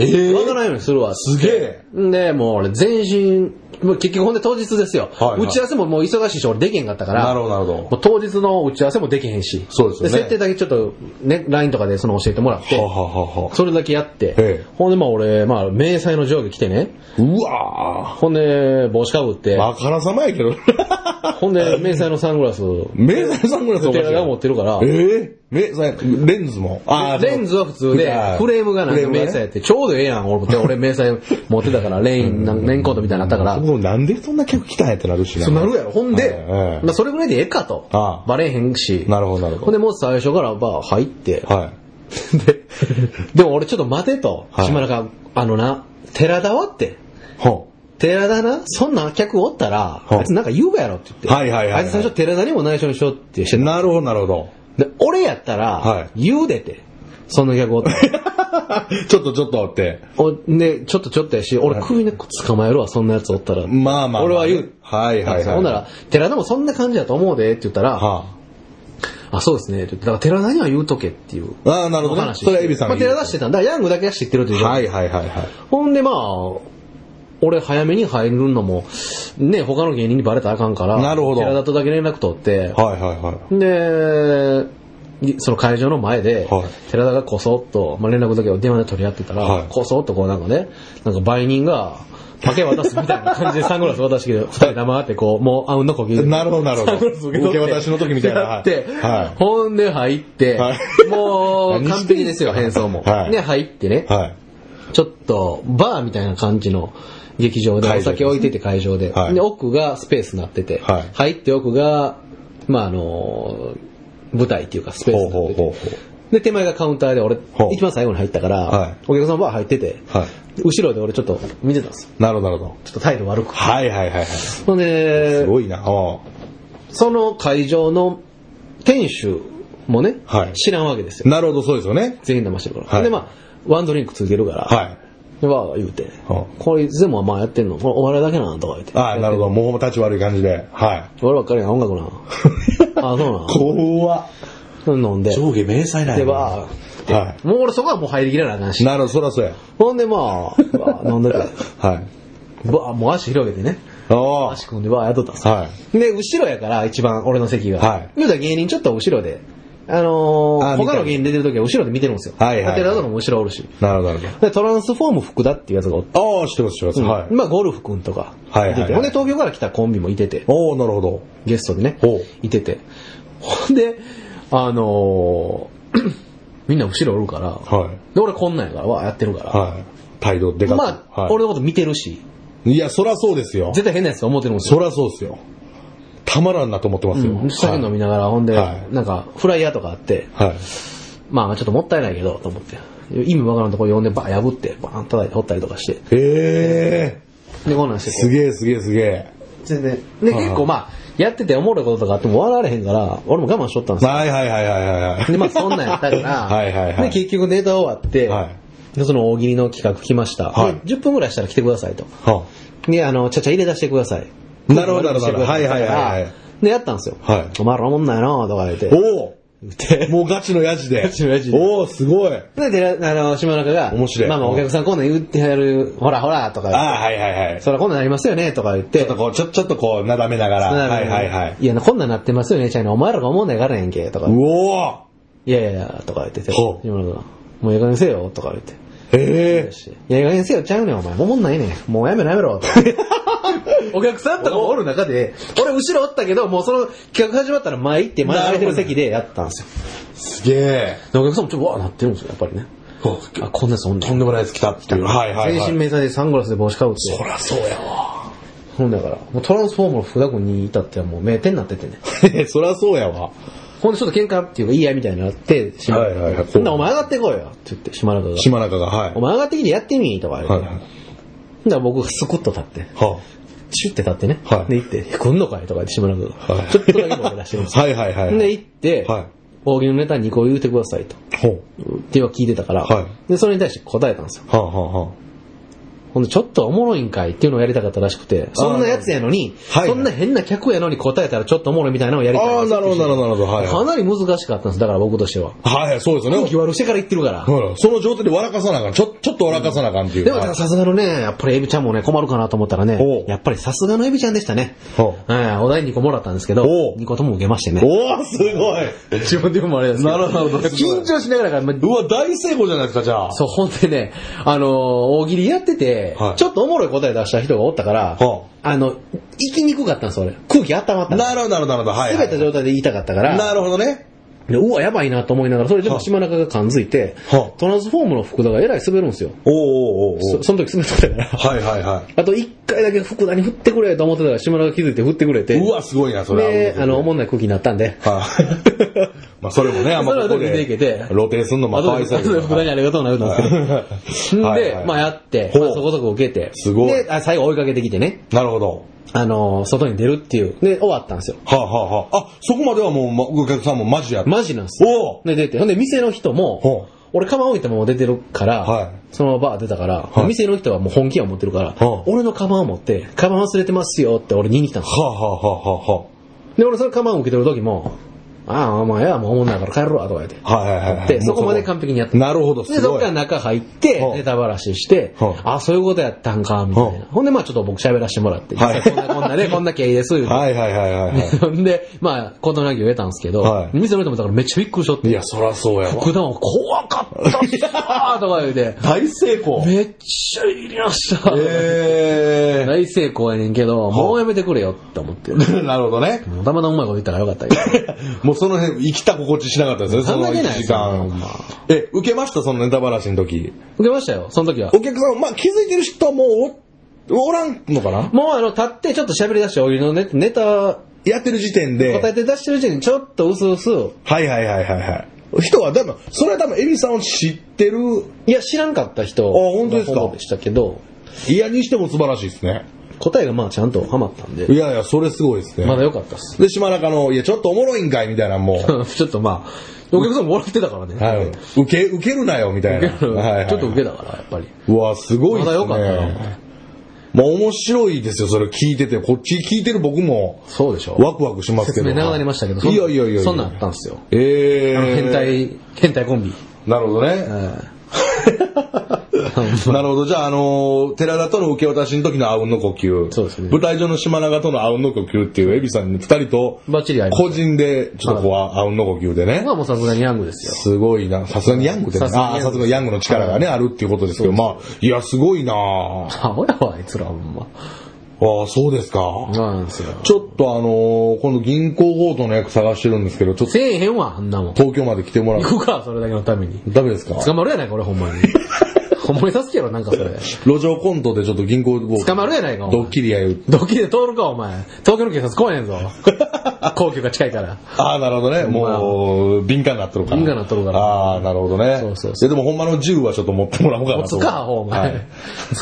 [SPEAKER 2] ええ
[SPEAKER 3] わからんようにするわ。
[SPEAKER 2] すげえ。
[SPEAKER 3] で、もう俺全身、もう結局ほんで当日ですよ。
[SPEAKER 2] はいはい
[SPEAKER 3] 打ち合わせももう忙しいし、俺できへんかったから。
[SPEAKER 2] なるほどなるほど
[SPEAKER 3] もう当日の打ち合わせもできへんし。
[SPEAKER 2] そうですよね
[SPEAKER 3] 設定だけちょっと、ね、LINE とかでその教えてもらって。
[SPEAKER 2] はははは。
[SPEAKER 3] それだけやって、
[SPEAKER 2] ええ
[SPEAKER 3] ほんでまあ俺、まあ迷彩の上下着てね、
[SPEAKER 2] うわ
[SPEAKER 3] ほんで帽子かぶって、
[SPEAKER 2] ー。あからさまやけど。
[SPEAKER 3] ほんで迷彩のサング ラス、
[SPEAKER 2] メザイさんぐらいそうかし
[SPEAKER 3] 寺
[SPEAKER 2] ら
[SPEAKER 3] が持ってるから、
[SPEAKER 2] ええメザイ、レンズも。ー
[SPEAKER 3] レンズは普通で
[SPEAKER 2] あ、ー
[SPEAKER 3] フレームがなん
[SPEAKER 2] フレ
[SPEAKER 3] か
[SPEAKER 2] ームがね
[SPEAKER 3] 迷彩やって、ちょうどええやん、俺も。俺迷彩持ってたから、レイン、なんレインコートみたいなのあったから、
[SPEAKER 2] もうなんでそんな客来たんやってなるしな。
[SPEAKER 3] そうなるやろ。ほんで、
[SPEAKER 2] はいはい
[SPEAKER 3] まあそれぐらいでええかと
[SPEAKER 2] あ。あ
[SPEAKER 3] バレへんし。
[SPEAKER 2] なるほどなるほど
[SPEAKER 3] ほんでもう最初からバー入って、
[SPEAKER 2] は
[SPEAKER 3] で、でも俺ちょっと待てと、
[SPEAKER 2] はい
[SPEAKER 3] 島中、あのな、寺田はって。
[SPEAKER 2] い。ほ
[SPEAKER 3] 寺田な、そんな客おったら、
[SPEAKER 2] はい
[SPEAKER 3] あいつなんか言うがやろって言って。
[SPEAKER 2] はいはいはいはい
[SPEAKER 3] あいつ最初寺田にも内緒にしようってして
[SPEAKER 2] う。
[SPEAKER 3] た
[SPEAKER 2] なるほど、なるほど。
[SPEAKER 3] で、俺やった
[SPEAKER 2] は
[SPEAKER 3] ら、
[SPEAKER 2] い
[SPEAKER 3] 言うでて。そんな客おっ たら。
[SPEAKER 2] ちょっとちょっとって。
[SPEAKER 3] おで、ちょっとちょっとやし、俺首根っこ捕まえるわ、そんなやつおった
[SPEAKER 2] まあ
[SPEAKER 3] ら。
[SPEAKER 2] まあまあ。
[SPEAKER 3] 俺は言う。
[SPEAKER 2] はいはいはい。
[SPEAKER 3] ほんなら、寺田もそんな感じやと思うでって言ったら、
[SPEAKER 2] は
[SPEAKER 3] あ、そうですね。って言ってだから寺田には言うとけっていう。
[SPEAKER 2] あ。ああ、なる
[SPEAKER 3] お
[SPEAKER 2] ほどね。
[SPEAKER 3] 話。
[SPEAKER 2] それはエビさん
[SPEAKER 3] ま
[SPEAKER 2] が
[SPEAKER 3] あ、
[SPEAKER 2] 言う
[SPEAKER 3] 寺出してたんだ。ヤングだけは知ってるという。
[SPEAKER 2] はいはいはいはい。
[SPEAKER 3] ほんでまあ、俺早めに入るのも、ね、他の芸人にバレたらあかんから、
[SPEAKER 2] なるほど
[SPEAKER 3] 寺田とだけ連絡取って、
[SPEAKER 2] はいはいはい。
[SPEAKER 3] で、いその会場の前で、
[SPEAKER 2] はい
[SPEAKER 3] 寺田がこそっと、まあ、連絡だけを電話で取り合ってたら、
[SPEAKER 2] はい
[SPEAKER 3] こそっとこうなんかね、なんか売人が、パケ渡すみたいな感じでサングラス渡してきて、二人黙ってこう、もう、あうんの呼吸。
[SPEAKER 2] なるほどなるほど
[SPEAKER 3] サングラス受け取って
[SPEAKER 2] 受け渡しの時みたいな
[SPEAKER 3] やって、
[SPEAKER 2] はい
[SPEAKER 3] ほんで入って、
[SPEAKER 2] はい
[SPEAKER 3] もう、
[SPEAKER 2] 何
[SPEAKER 3] 完
[SPEAKER 2] してんすか
[SPEAKER 3] 璧ですよ、変装も。
[SPEAKER 2] はい
[SPEAKER 3] で、入ってね、
[SPEAKER 2] はい。
[SPEAKER 3] ちょっと、バーみたいな感じの劇場で、
[SPEAKER 2] 会場
[SPEAKER 3] お酒置いてて会場で。
[SPEAKER 2] はい
[SPEAKER 3] で、奥がスペースになってて、
[SPEAKER 2] はい
[SPEAKER 3] 入って奥が、まあ、あのー舞台っていうかスペース
[SPEAKER 2] ほう
[SPEAKER 3] に
[SPEAKER 2] ほう
[SPEAKER 3] なって
[SPEAKER 2] ほうほ
[SPEAKER 3] て。で、手前がカウンターで、俺
[SPEAKER 2] ほう、
[SPEAKER 3] 一番最後に入ったから、
[SPEAKER 2] はい
[SPEAKER 3] お客さんバー入ってて、
[SPEAKER 2] う。は
[SPEAKER 3] 後ろで俺ちょっと見てたんですよ。
[SPEAKER 2] い。なるほどなるほど。
[SPEAKER 3] ちょっと態度悪く。
[SPEAKER 2] はいはいはいはい。す
[SPEAKER 3] ほんで、
[SPEAKER 2] ごいな。は
[SPEAKER 3] その会場の店主もね、
[SPEAKER 2] はい
[SPEAKER 3] 知らんわけです
[SPEAKER 2] あ
[SPEAKER 3] よ。
[SPEAKER 2] なるほど、そうですよね。
[SPEAKER 3] 全員騙してるから。
[SPEAKER 2] はい
[SPEAKER 3] で、まあ、ワンドリンク続けるから、
[SPEAKER 2] はい。
[SPEAKER 3] で、わー言うて
[SPEAKER 2] はあ、
[SPEAKER 3] これいつでもまあやってんの、これお笑いだけなんとか言うて。
[SPEAKER 2] ああ、なるほ
[SPEAKER 3] ど。
[SPEAKER 2] ど。もう立ち悪い感じで。は
[SPEAKER 3] 俺ばっかりやん、音楽 な。あ、そう
[SPEAKER 2] 怖っ。
[SPEAKER 3] なの。飲んで、
[SPEAKER 2] 下迷彩な
[SPEAKER 3] で、わー、
[SPEAKER 2] は
[SPEAKER 3] もう俺そこはもう入りきらなあかん
[SPEAKER 2] い。
[SPEAKER 3] し。
[SPEAKER 2] なるほど、そらそうや。
[SPEAKER 3] ほんでまあ、わー飲んで て、わ
[SPEAKER 2] はい。
[SPEAKER 3] ーもう足広げてね、
[SPEAKER 2] おー
[SPEAKER 3] 足組んでわーやっとったんですよ
[SPEAKER 2] は
[SPEAKER 3] で、後ろやから、一番俺の席が。
[SPEAKER 2] はい
[SPEAKER 3] 言うたら芸人ちょっと後ろで、あのー
[SPEAKER 2] あー
[SPEAKER 3] 他の芸人出てる時は後ろで見てるんですよ。
[SPEAKER 2] はいはいはい
[SPEAKER 3] 寺田とかも後ろおるし。
[SPEAKER 2] い。なるほど、なるほ
[SPEAKER 3] で、トランスフォーム福田っていうやつがおって。
[SPEAKER 2] ど。ああ、知ってます、知ってます。はい。
[SPEAKER 3] まあ、ゴルフくんとか。
[SPEAKER 2] はいはいはい
[SPEAKER 3] 出てほんで、東京から来たコンビもいてて。
[SPEAKER 2] おおなるほど。
[SPEAKER 3] ゲストでね
[SPEAKER 2] ほう、
[SPEAKER 3] いてて。ほんで、あのー みんな後ろおるから、
[SPEAKER 2] はい。
[SPEAKER 3] で、俺こんなんやから、わやってるから。
[SPEAKER 2] はい。態度でかく。
[SPEAKER 3] まあ、
[SPEAKER 2] はい
[SPEAKER 3] 俺のこと見てるし、
[SPEAKER 2] いや、そらそうですよ。
[SPEAKER 3] 絶対変なやつと思ってるもんです
[SPEAKER 2] そ
[SPEAKER 3] よ。
[SPEAKER 2] らそうですよ。たまらんなと思ってますよ。
[SPEAKER 3] うん酒飲みながら、ほんで、
[SPEAKER 2] はい
[SPEAKER 3] なんか、フライヤーとかあって、
[SPEAKER 2] はい。
[SPEAKER 3] まあ、ちょっともったいないけど、と思って。意味わからんとこ呼んで、バー破って、バーン叩いて掘ったりとかして。
[SPEAKER 2] ええ
[SPEAKER 3] で、こんなんし
[SPEAKER 2] ー。す
[SPEAKER 3] てて。
[SPEAKER 2] げえ、すげえ、すげえ。
[SPEAKER 3] 全然。で、
[SPEAKER 2] はい
[SPEAKER 3] 結構まあ、やってておもろいこととかあっても笑われへんから、俺も我慢しとったんです よ
[SPEAKER 2] はいはいはいはいはいはい。
[SPEAKER 3] で、まあそんなんやったから、
[SPEAKER 2] はいはいはい
[SPEAKER 3] で、結局ネタ終わって、
[SPEAKER 2] は
[SPEAKER 3] でその大喜利の企画来ました、
[SPEAKER 2] はい
[SPEAKER 3] で10分ぐらいしたら来てくださいと
[SPEAKER 2] は
[SPEAKER 3] であのちゃちゃ入れ出してください
[SPEAKER 2] なるほどなるほど
[SPEAKER 3] 入れ出してくださ
[SPEAKER 2] はいはいはいはい
[SPEAKER 3] でやったんですよ、
[SPEAKER 2] はい
[SPEAKER 3] お前らおもんないなとか言って
[SPEAKER 2] あお
[SPEAKER 3] 言 って
[SPEAKER 2] おもうガチのヤジで。
[SPEAKER 3] ガチのヤジで
[SPEAKER 2] おおすごい。あ
[SPEAKER 3] で、であの、島中が、
[SPEAKER 2] 面白い
[SPEAKER 3] まあまあ、お客さんこんなん言ってやる、ほらほら、とか
[SPEAKER 2] あ、
[SPEAKER 3] 言っ
[SPEAKER 2] はいはいはい。
[SPEAKER 3] て、そらこんなんなりますよね、とか言っ
[SPEAKER 2] ちょ
[SPEAKER 3] て
[SPEAKER 2] っと、こう、ちょ、ちょっとこう、なだめながら。
[SPEAKER 3] な
[SPEAKER 2] はい
[SPEAKER 3] んか
[SPEAKER 2] はいはい。
[SPEAKER 3] いや、こんなんなってますよね、ちゃいの、お前らが思うんだからやんけ、とか、
[SPEAKER 2] うおー
[SPEAKER 3] いやいやいや、とか言ってて、
[SPEAKER 2] ほう
[SPEAKER 3] 島中が、もうええ加減せえよ、とか言って、
[SPEAKER 2] ええ
[SPEAKER 3] いや、ええ加減せえよ、ちゃうねん、お前、おもんないねん、もうやめろやめろ、とか お客さんとかもおる中で、俺後ろおったけど、もうその企画始まったら前行って、前空いてる席でやったんですよ。
[SPEAKER 2] すげえ。
[SPEAKER 3] でお客さんもちょっとわーなってるんですよ、やっぱりね。
[SPEAKER 2] こ
[SPEAKER 3] あ、
[SPEAKER 2] う
[SPEAKER 3] こんなやつおんねん
[SPEAKER 2] とんでもないやつ来たっていう。はいはいは
[SPEAKER 3] 全身
[SPEAKER 2] い。
[SPEAKER 3] 迷彩でサングラスで帽子かぶって。
[SPEAKER 2] そらそうやわ。
[SPEAKER 3] そうだから、もうトランスフォーマーの福田君に至ってはもう名店になってて ね。
[SPEAKER 2] そらそうやわ。
[SPEAKER 3] ほんでちょっと喧嘩っていうか言い合いみたいになって、島
[SPEAKER 2] はいはいはい
[SPEAKER 3] ほんでお前上がってこいよって言って、島中が。
[SPEAKER 2] 島中が、はい
[SPEAKER 3] お。前上がってきてやってみとか言
[SPEAKER 2] はい
[SPEAKER 3] っ
[SPEAKER 2] は
[SPEAKER 3] て。
[SPEAKER 2] い。
[SPEAKER 3] ほんで僕スコッと立って、
[SPEAKER 2] は
[SPEAKER 3] シュッて立ってね。
[SPEAKER 2] はい
[SPEAKER 3] で行って、来んのかいとか言って島中
[SPEAKER 2] あは
[SPEAKER 3] が。
[SPEAKER 2] い。
[SPEAKER 3] ちょっとだけ声出してるんですよ。
[SPEAKER 2] はいはいはい。
[SPEAKER 3] で行って
[SPEAKER 2] はい、
[SPEAKER 3] 大喜利のネタ2個言うてくださいと。
[SPEAKER 2] ほう。
[SPEAKER 3] っていうのは聞いてたから
[SPEAKER 2] は、
[SPEAKER 3] で、それに対して答えたんですよ。
[SPEAKER 2] はあ、はあはあ、
[SPEAKER 3] ほんで、ちょっとおもろいんかいっていうのをやりたかったらしくて、そんなやつやのに、
[SPEAKER 2] はいはい
[SPEAKER 3] そんな変な客やのに答えたらちょっとおもろいみたいなのをやりたい
[SPEAKER 2] ああ、なるほど、なるほど、なるほど。はい
[SPEAKER 3] か
[SPEAKER 2] は
[SPEAKER 3] なり難しかったんです、だから僕としては。
[SPEAKER 2] い。はいはい、そうですよね。
[SPEAKER 3] 空気悪してから言ってるから。
[SPEAKER 2] ほらその状態で笑かさなあかん。ちょ、ちょっと笑かさなあかんっていう。
[SPEAKER 3] でも、
[SPEAKER 2] はい
[SPEAKER 3] さすがのね、やっぱりエビちゃんもね、困るかなと思ったらね
[SPEAKER 2] お、う
[SPEAKER 3] やっぱりさすがのエビちゃんでしたね。
[SPEAKER 2] ほう
[SPEAKER 3] はいお題2個もらったんですけど、
[SPEAKER 2] おう
[SPEAKER 3] 2個とも受けましてね。
[SPEAKER 2] おおすごい。
[SPEAKER 3] 自分でもあれですけ
[SPEAKER 2] なるほど
[SPEAKER 3] 緊張しながらから、まあ
[SPEAKER 2] うわ、大成功じゃないですか、じゃあ。
[SPEAKER 3] そう、ほんでね、あのー大喜利やってて、
[SPEAKER 2] はい
[SPEAKER 3] ちょっとおもろい答え出した人がおったから、
[SPEAKER 2] は
[SPEAKER 3] あの、行きにくかったんです、俺。空気温まったんです
[SPEAKER 2] なるほど、なるほど、なるほど。はい、
[SPEAKER 3] す
[SPEAKER 2] は
[SPEAKER 3] べ
[SPEAKER 2] い。
[SPEAKER 3] て状態で言いたかったから、
[SPEAKER 2] なるほどね。
[SPEAKER 3] でうわ、やばいなと思いながら、それでも島中が感づいて
[SPEAKER 2] は、
[SPEAKER 3] トランスフォームの福田がえらい滑るんですよ。
[SPEAKER 2] おおおうおうおう
[SPEAKER 3] そその時滑ってたから。
[SPEAKER 2] はいはいは
[SPEAKER 3] あと一回だけ福田に振ってくれと思ってたら、島中が気づいて振ってくれて、
[SPEAKER 2] い。うわ、すごいな、それは。
[SPEAKER 3] で、あの、おもんない空気になったんで、
[SPEAKER 2] はい。 まあ、それもね、あんまここ
[SPEAKER 3] それは出
[SPEAKER 2] で
[SPEAKER 3] ていけて、
[SPEAKER 2] 露呈すんのも
[SPEAKER 3] あ
[SPEAKER 2] か
[SPEAKER 3] と
[SPEAKER 2] わ
[SPEAKER 3] で
[SPEAKER 2] い そうやけ
[SPEAKER 3] 福田に
[SPEAKER 2] ど
[SPEAKER 3] ありがとうなるんですけど。んで、
[SPEAKER 2] はいはいはい
[SPEAKER 3] まあやって、
[SPEAKER 2] ほう
[SPEAKER 3] まあそこそこ受けて、
[SPEAKER 2] すごい
[SPEAKER 3] で、あ最後追いかけてきてね、
[SPEAKER 2] なるほど。
[SPEAKER 3] あのー、外に出るっていう。で、終わったんですよ。
[SPEAKER 2] はあ、はあはあ、あ、そこまではもう、まお客さんもマジやった。
[SPEAKER 3] マジなんですよ。
[SPEAKER 2] おお
[SPEAKER 3] で、出て、ほんで、店の
[SPEAKER 2] ほ
[SPEAKER 3] 人も
[SPEAKER 2] う、
[SPEAKER 3] 俺、カバン置いたまま出てるから、
[SPEAKER 2] はい
[SPEAKER 3] そのままバー出たから、
[SPEAKER 2] い
[SPEAKER 3] 店の人はもう本気を持ってるから、
[SPEAKER 2] ほう
[SPEAKER 3] 俺のカバンを持って、カバン忘れてますよって俺に言いに来たんです
[SPEAKER 2] はあ、はあはあはあはあ。
[SPEAKER 3] よで、俺、そのカバンを受け取る時も、ああ、お前はもうおもんないから帰ろうとか言って。
[SPEAKER 2] はいはいはいはい。
[SPEAKER 3] で、
[SPEAKER 2] も
[SPEAKER 3] そうこまで完璧にやった。
[SPEAKER 2] なるほど、す
[SPEAKER 3] で、
[SPEAKER 2] ごい。
[SPEAKER 3] そっから中入って
[SPEAKER 2] ほ、う
[SPEAKER 3] ネタばらしして
[SPEAKER 2] ほう、
[SPEAKER 3] あ、そういうことやったんか、みたい
[SPEAKER 2] ほう
[SPEAKER 3] な。ほんで、まあちょっと僕喋らせてもらって、
[SPEAKER 2] はい
[SPEAKER 3] こんなこんなで、こんな経緯です、言うて
[SPEAKER 2] はいはいはいはいは
[SPEAKER 3] ほんで、まあ、事なきを得たんですけど、
[SPEAKER 2] はい
[SPEAKER 3] 店の人もだからめっちゃびっくりしとっ
[SPEAKER 2] い。
[SPEAKER 3] て、
[SPEAKER 2] いや、そらそうやわ。、
[SPEAKER 3] 普段は怖かったっすわーとか言うて
[SPEAKER 2] 大成功
[SPEAKER 3] めっちゃ入りました。
[SPEAKER 2] え
[SPEAKER 3] 大成功やねんけど、もうやめてくれよって思ってる。
[SPEAKER 2] ー。 なるほどね。
[SPEAKER 3] もうたまたまうまいこと言ったからよかったけど
[SPEAKER 2] もうその辺、生きた心地しなかったですね、 その
[SPEAKER 3] 考え
[SPEAKER 2] 1
[SPEAKER 3] れないで
[SPEAKER 2] 時
[SPEAKER 3] すよほ
[SPEAKER 2] 間
[SPEAKER 3] んま。
[SPEAKER 2] え、受けました、そのネタばらしの時。
[SPEAKER 3] 受けましたよ、その時は。
[SPEAKER 2] お客さん、まあ気づいてる人はもうお、おらんのかな
[SPEAKER 3] もうあの、立ってちょっと喋り出して、お湯のネネタ、
[SPEAKER 2] やってる時点で。
[SPEAKER 3] 答えて出してるうちにちょっと薄々、
[SPEAKER 2] はいはいはいはいはい。人は、でも、それは多分、エビさんを知ってる、
[SPEAKER 3] いや、知らんかった人
[SPEAKER 2] あ本当ですか
[SPEAKER 3] の方でしたけど、
[SPEAKER 2] いやにしても素晴らしいですね。
[SPEAKER 3] 答えがまあちゃんとハマったんで
[SPEAKER 2] い、やいや、それすごいですね。
[SPEAKER 3] まだ良かったっす。
[SPEAKER 2] で、島中の、いや、ちょっとおもろいんかい、みたいな、もう。
[SPEAKER 3] ちょっとまあ、お客さんも笑ってたからね。
[SPEAKER 2] はい。受け、受けるなよ、みたいな。
[SPEAKER 3] 受ける
[SPEAKER 2] はいはい
[SPEAKER 3] ちょっと受けたから、やっぱり。
[SPEAKER 2] うわ、すごいですね。
[SPEAKER 3] まだ良かったな
[SPEAKER 2] まあ面白いですよ、それ聞いてて。こっち聞いてる僕も、
[SPEAKER 3] そうでしょ
[SPEAKER 2] ワクワクしますけど。
[SPEAKER 3] 説明長なりましたけど、そん
[SPEAKER 2] いやいやいやや
[SPEAKER 3] そんなんあったんですよ。
[SPEAKER 2] ええ
[SPEAKER 3] あの変。態、変態コンビ。
[SPEAKER 2] なるほど
[SPEAKER 3] え
[SPEAKER 2] ね。
[SPEAKER 3] ー
[SPEAKER 2] なるほど。じゃあ、あのー、寺田との受け渡しの時のあうんの呼吸。
[SPEAKER 3] そうですね
[SPEAKER 2] 舞台上の島長とのあうんの呼吸っていう、エビさんに二人と、
[SPEAKER 3] バッチリ合いました
[SPEAKER 2] 個人で、ちょっとこう、あうんの呼吸でね
[SPEAKER 3] 僕。はもうさすがにヤングです
[SPEAKER 2] すごいな。さすがにヤングでね。
[SPEAKER 3] さすがに
[SPEAKER 2] ああー、さすがにヤングの力がね、あるっていうことですけど、まあ、いや、すごいなあ
[SPEAKER 3] よ。顔やわ、あいつら、ほん
[SPEAKER 2] あ、
[SPEAKER 3] ま。
[SPEAKER 2] そうですか。
[SPEAKER 3] そうなんですよ。
[SPEAKER 2] ちょっとあのー、今度銀行強盗の役探してるんですけど、ちょっと
[SPEAKER 3] せえへんわ、あんなもん。
[SPEAKER 2] 東京まで来てもらう。
[SPEAKER 3] 行くか、それだけのために。
[SPEAKER 2] ダメですか
[SPEAKER 3] 捕まるやないか、俺、ほんま に。ほんまに助けろ、なんかそれ。
[SPEAKER 2] 路上コントでちょっと銀行強盗。
[SPEAKER 3] 捕まるやないか、お
[SPEAKER 2] ド
[SPEAKER 3] 前
[SPEAKER 2] ッ。キリや言う。
[SPEAKER 3] ドッキリで通るか、お前。東京の警察来えへん ぞ。皇居が近いから。
[SPEAKER 2] ああ、なるほどね。もう、敏感になっとるから。
[SPEAKER 3] 敏感になっとるから
[SPEAKER 2] ああ、なるほどね。
[SPEAKER 3] そうそうそ
[SPEAKER 2] いやでもほんまの銃はちょっと持ってもらおうかな
[SPEAKER 3] お
[SPEAKER 2] と。
[SPEAKER 3] つか、
[SPEAKER 2] は
[SPEAKER 3] お前
[SPEAKER 2] い。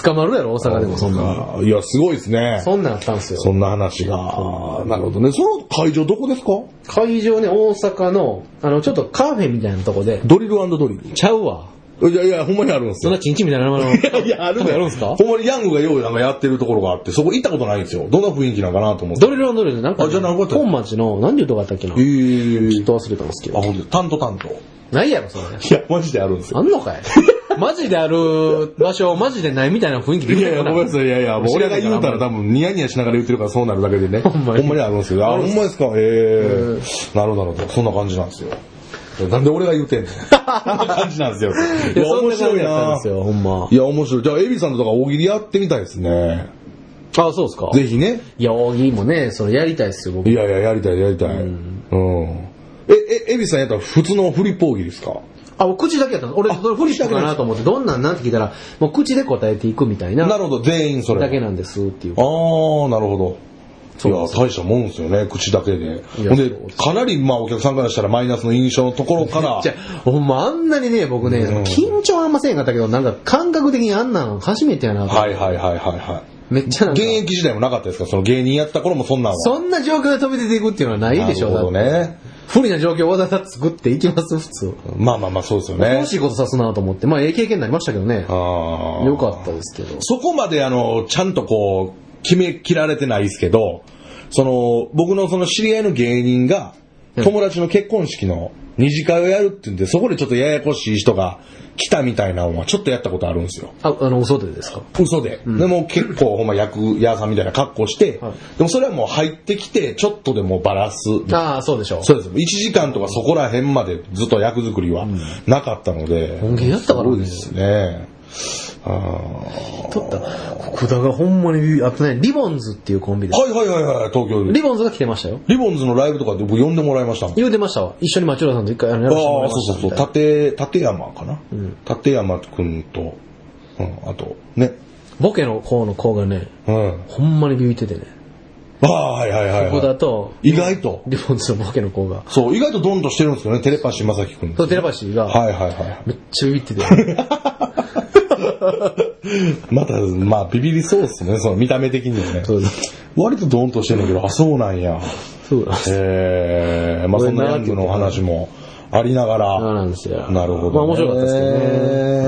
[SPEAKER 3] 捕まるやろ、大阪でもそんな。
[SPEAKER 2] あーいや、すごいですね。
[SPEAKER 3] そんなんあったんですよ。
[SPEAKER 2] そんな話が。あーなるほどね。その会場どこですか
[SPEAKER 3] 会場ね、大阪の、あの、ちょっとカフェみたいなとこで、
[SPEAKER 2] ドリルドリル。
[SPEAKER 3] ちゃうわ。
[SPEAKER 2] いやいや、ほんまにあるんです
[SPEAKER 3] そん
[SPEAKER 2] よ。
[SPEAKER 3] なチンチンみたいな名前の。
[SPEAKER 2] いやいや、ある
[SPEAKER 3] とこやるんすか
[SPEAKER 2] ほんまにヤングがようなんかやってるところがあって、そこ行ったことないんですよ。どんな雰囲気なんかなと思って。
[SPEAKER 3] どれどれどれどれなんか、
[SPEAKER 2] あじゃあなんかあった
[SPEAKER 3] 本町の、何でいうとこあったっけな。
[SPEAKER 2] え
[SPEAKER 3] ちょっ
[SPEAKER 2] ー。
[SPEAKER 3] と忘れたんですけ
[SPEAKER 2] あ、
[SPEAKER 3] ど。
[SPEAKER 2] ほんと、担当担当。
[SPEAKER 3] ないやろ、それ。
[SPEAKER 2] いや、マジであるんですよ。
[SPEAKER 3] あんの かいマジである場所、マジでないみたいな雰囲気で
[SPEAKER 2] いやいや、ごめんなさい。いやいや、もう俺が言うたら多分ニヤニヤしながら言ってるからそうなるだけでね。ほ
[SPEAKER 3] ん
[SPEAKER 2] ん
[SPEAKER 3] ま
[SPEAKER 2] ま
[SPEAKER 3] に
[SPEAKER 2] にあるんですよ。あ、ほんまですかええ。なるほど、なるほど。そんな感じなんですよ。なんで俺が言うてんのそんな感じなんですよ。い
[SPEAKER 3] いや、
[SPEAKER 2] や、
[SPEAKER 3] そん
[SPEAKER 2] 面
[SPEAKER 3] な感
[SPEAKER 2] 白
[SPEAKER 3] じ
[SPEAKER 2] い
[SPEAKER 3] だったん
[SPEAKER 2] な
[SPEAKER 3] ですよ、ほんま
[SPEAKER 2] い。や、面白い。じゃあ、エビさんととか大喜利やってみたいですね。
[SPEAKER 3] あ、そうですか。
[SPEAKER 2] ぜひね。
[SPEAKER 3] いや、大喜利もね、それやりたいっすよ、僕
[SPEAKER 2] い。やいや、やりたい、やりたい。うん。え、え、エビさんやったら普通のフリップ大喜利ですか
[SPEAKER 3] あ、もう口だけやったの俺、それフリップかなと思って、どんなんなんて聞いたら、もう口で答えていくみたいな、
[SPEAKER 2] なるほど、全員それ。
[SPEAKER 3] だけなんですっていう。
[SPEAKER 2] あー、なるほ
[SPEAKER 3] そ
[SPEAKER 2] ど。い
[SPEAKER 3] うな
[SPEAKER 2] や、
[SPEAKER 3] んです
[SPEAKER 2] 大したもんですよね、口だけで。
[SPEAKER 3] いや
[SPEAKER 2] ほんで
[SPEAKER 3] そうです、
[SPEAKER 2] かなり、まあ、お客さんからしたらマイナスの印象のところから
[SPEAKER 3] じゃ、あほんまあんなにね、僕ね、
[SPEAKER 2] うん
[SPEAKER 3] 緊張あんませんかったけど、なんか感覚的にあんなん初めてやなと。
[SPEAKER 2] はいはいはいはいは。
[SPEAKER 3] めっちゃないん
[SPEAKER 2] 現
[SPEAKER 3] か、
[SPEAKER 2] 役時代もなかったですかその芸人やった頃もそんなんは。
[SPEAKER 3] そんな状況で飛び出ていくっていうのはないでしょ、
[SPEAKER 2] なるほど
[SPEAKER 3] だって
[SPEAKER 2] ね。
[SPEAKER 3] 不利な状況をわざわざ作っていきます、普通。
[SPEAKER 2] まあまあまあ、そうですよね
[SPEAKER 3] 楽し。いことさすなと思って、まあ、ええ経験になりましたけどね。
[SPEAKER 2] あー
[SPEAKER 3] よかったですけど。
[SPEAKER 2] そこまであの、ちゃんとこう、決めきられてないですけど、その、僕のその知り合いの芸人が、
[SPEAKER 3] うん
[SPEAKER 2] 友達の結婚式の二次会をやるって言うんで、そこでちょっとややこしい人が来たみたいなのはちょっとやったことあるんですよ。
[SPEAKER 3] あ、あの、お外でですか
[SPEAKER 2] 嘘で。でも結構ほんま役屋さんみたいな格好して、
[SPEAKER 3] はい
[SPEAKER 2] でもそれはもう入ってきて、ちょっとでもバラす。
[SPEAKER 3] ああ、そうでしょう。
[SPEAKER 2] そうです。1時間とかそこら辺までずっと役作りはなかったので。
[SPEAKER 3] 音源やったからね
[SPEAKER 2] すごいですね。あー
[SPEAKER 3] 撮った。福田がほんまに、あとね、リボンズっていうコンビで。
[SPEAKER 2] はいはいはいはい、東京で。
[SPEAKER 3] リボンズが来てましたよ。
[SPEAKER 2] リボンズのライブとかで僕呼んでもらいましたもん。あ
[SPEAKER 3] 言うてましたわ。一緒に町浦さんと一回あのや
[SPEAKER 2] あ
[SPEAKER 3] らせてもらい
[SPEAKER 2] ー、
[SPEAKER 3] まし
[SPEAKER 2] そ
[SPEAKER 3] た
[SPEAKER 2] う
[SPEAKER 3] み
[SPEAKER 2] そ
[SPEAKER 3] た
[SPEAKER 2] う
[SPEAKER 3] い
[SPEAKER 2] そう。
[SPEAKER 3] な。
[SPEAKER 2] 立立山かな、
[SPEAKER 3] ん
[SPEAKER 2] 立山くんと、うん、あと、ね。
[SPEAKER 3] ボケの方の子がね、
[SPEAKER 2] うん。
[SPEAKER 3] ほんまにビビっててね。
[SPEAKER 2] ああ、はいはいはい、
[SPEAKER 3] 福
[SPEAKER 2] は
[SPEAKER 3] 田
[SPEAKER 2] い。
[SPEAKER 3] と、
[SPEAKER 2] 意外と。
[SPEAKER 3] リボンズのボケの子が。
[SPEAKER 2] そう、意外とドンとしてるんですけどね、テレパシーまさきくん。
[SPEAKER 3] と、寺橋
[SPEAKER 2] は
[SPEAKER 3] が、
[SPEAKER 2] いはいはい。
[SPEAKER 3] めっちゃビビってて。
[SPEAKER 2] また、まあ、ビビりそうっすね、 その見た目的にはね。
[SPEAKER 3] そうです。
[SPEAKER 2] 割とドンとしてるんだけど、あ、そうなんや。
[SPEAKER 3] そうなんです。
[SPEAKER 2] ええまあそんなヤングのお話もありながら。
[SPEAKER 3] そうなんですよ。
[SPEAKER 2] なるほどね
[SPEAKER 3] まあ面白かったですけどね。
[SPEAKER 2] へー
[SPEAKER 3] う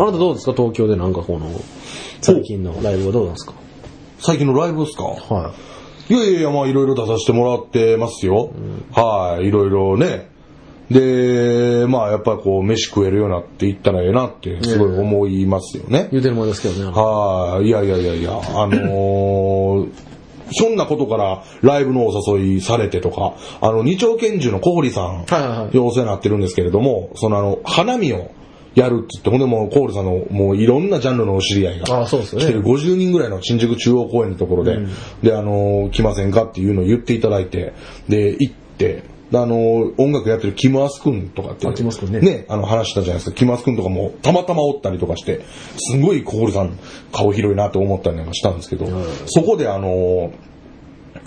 [SPEAKER 3] んあなたどうですか東京でなんかこの、最近のライブはどうなんですか
[SPEAKER 2] 最近のライブですか
[SPEAKER 3] はい
[SPEAKER 2] やいやいや、まあいろいろ出させてもらってますよ。はい、いろいろね。で、まあやっぱりこう、飯食えるようになっていったらええなって、すごい思いますよね
[SPEAKER 3] い。。言うてるもんですけどね。
[SPEAKER 2] はい、いやいやいやいや、あのー、 そんなことからライブのお誘いされてとか、あの、二丁拳銃の小堀さん、
[SPEAKER 3] はいはいはい
[SPEAKER 2] 要請になってるんですけれども、そのあの、花見をやるって言って、ほんでもう小堀さんのもういろんなジャンルのお知り合いが、
[SPEAKER 3] ああ、そうですよ
[SPEAKER 2] 来てる
[SPEAKER 3] ね。
[SPEAKER 2] 50人ぐらいの新宿中央公園のところで、で、あのー来ませんかっていうのを言っていただいて、で、行って、であのー音楽やってるキムアスくんとかって、
[SPEAKER 3] あキムアスくんね
[SPEAKER 2] ね、あの、話したじゃないですか。キムアスくんとかも、たまたまおったりとかして、すごい小堀さん、顔広いなと思ったりなんかしたんですけど、そこであのー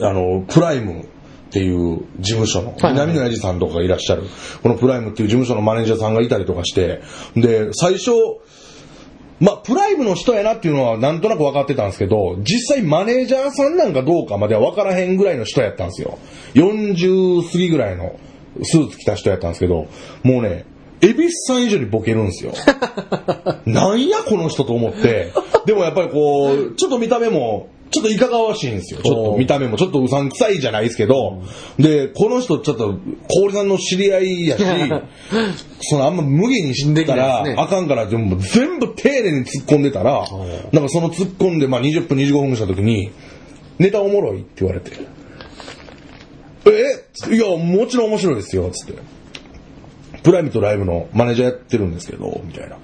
[SPEAKER 2] あのープライム、っていう事務所の、
[SPEAKER 3] はい
[SPEAKER 2] 南野やじさんとかがいらっしゃる、このプライムっていう事務所のマネージャーさんがいたりとかして、で、最初、まあ、プライムの人やなっていうのはなんとなく分かってたんですけど、実際マネージャーさんなんかどうかまでは分からへんぐらいの人やったんですよ。40過ぎぐらいのスーツ着た人やったんですけど、もうね、エビスさん以上にボケるんですよ。なんやこの人と思って。でもやっぱりこう、ちょっと見た目も、ちょっといかがわしいんですよ。ちょっと見た目も、ちょっとうさんくさいじゃないですけど、で、この人ちょっと、氷さんの知り合いや し、そのあんま無限に死んでたら、
[SPEAKER 3] できないですね
[SPEAKER 2] あかんから、でも全部丁寧に突っ込んでたら、なんかその突っ込んで、まあ20分25分した時に、ネタおもろいって言われて、えいや、もちろん面白いですよ、つって。プライムとライブのマネージャーやってるんですけど、みたいな。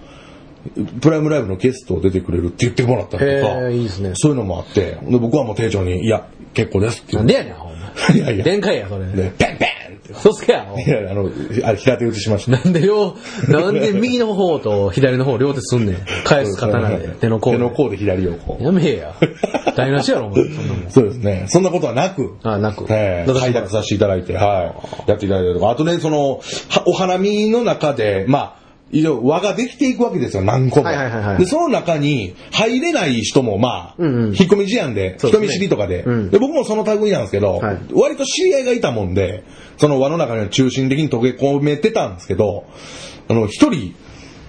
[SPEAKER 2] プライムライブのゲスト出てくれるって言ってもらったりと
[SPEAKER 3] へ
[SPEAKER 2] か、
[SPEAKER 3] ーいいですね
[SPEAKER 2] そういうのもあって、で僕はもう丁重に、いや、結構ですって
[SPEAKER 3] な
[SPEAKER 2] 言
[SPEAKER 3] ん
[SPEAKER 2] っ
[SPEAKER 3] でやねん、ほんま。
[SPEAKER 2] て。いやいや、
[SPEAKER 3] でんかいや、それ。
[SPEAKER 2] でペンペンって。
[SPEAKER 3] そうっすかや、ほんま
[SPEAKER 2] いや、あの、あれ平手打ちしました。
[SPEAKER 3] なんで両、なんで右の方と左の方両手すんねん。返す刀で、手の甲
[SPEAKER 2] 手の
[SPEAKER 3] で。
[SPEAKER 2] 甲で左をこう。
[SPEAKER 3] やめへや。台無しやろ、お前。そんなもん。
[SPEAKER 2] そうですね。そんなことはなく、
[SPEAKER 3] あ、なく。
[SPEAKER 2] ええ
[SPEAKER 3] だから
[SPEAKER 2] 開拓させていただいて、はい。やっていただいたりとか。あとね、その、はお花見の中で、まあ、以上、輪ができていくわけですよ、何個も。
[SPEAKER 3] はいはいはいはい
[SPEAKER 2] で、その中に、入れない人も、まあ、
[SPEAKER 3] うんうん
[SPEAKER 2] 引っ込み思案で、
[SPEAKER 3] そう
[SPEAKER 2] 人
[SPEAKER 3] ですね
[SPEAKER 2] 見知りとかで,、
[SPEAKER 3] うん
[SPEAKER 2] で、僕もその類なんですけど、
[SPEAKER 3] はい
[SPEAKER 2] 割と知り合いがいたもんで、その輪の中には中心的に溶け込めてたんですけど、あの、一人、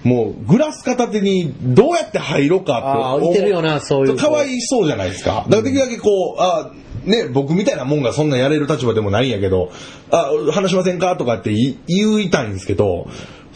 [SPEAKER 2] もうグラス片手にどうやって入ろう
[SPEAKER 3] あ
[SPEAKER 2] か
[SPEAKER 3] あ
[SPEAKER 2] って思
[SPEAKER 3] いてるよなそういう子
[SPEAKER 2] かわいそうじゃないですか。だからできるだけこう、あね、僕みたいなもんがそんなやれる立場でもないんやけど、あ、話しませんかとかってい言いたいんですけど、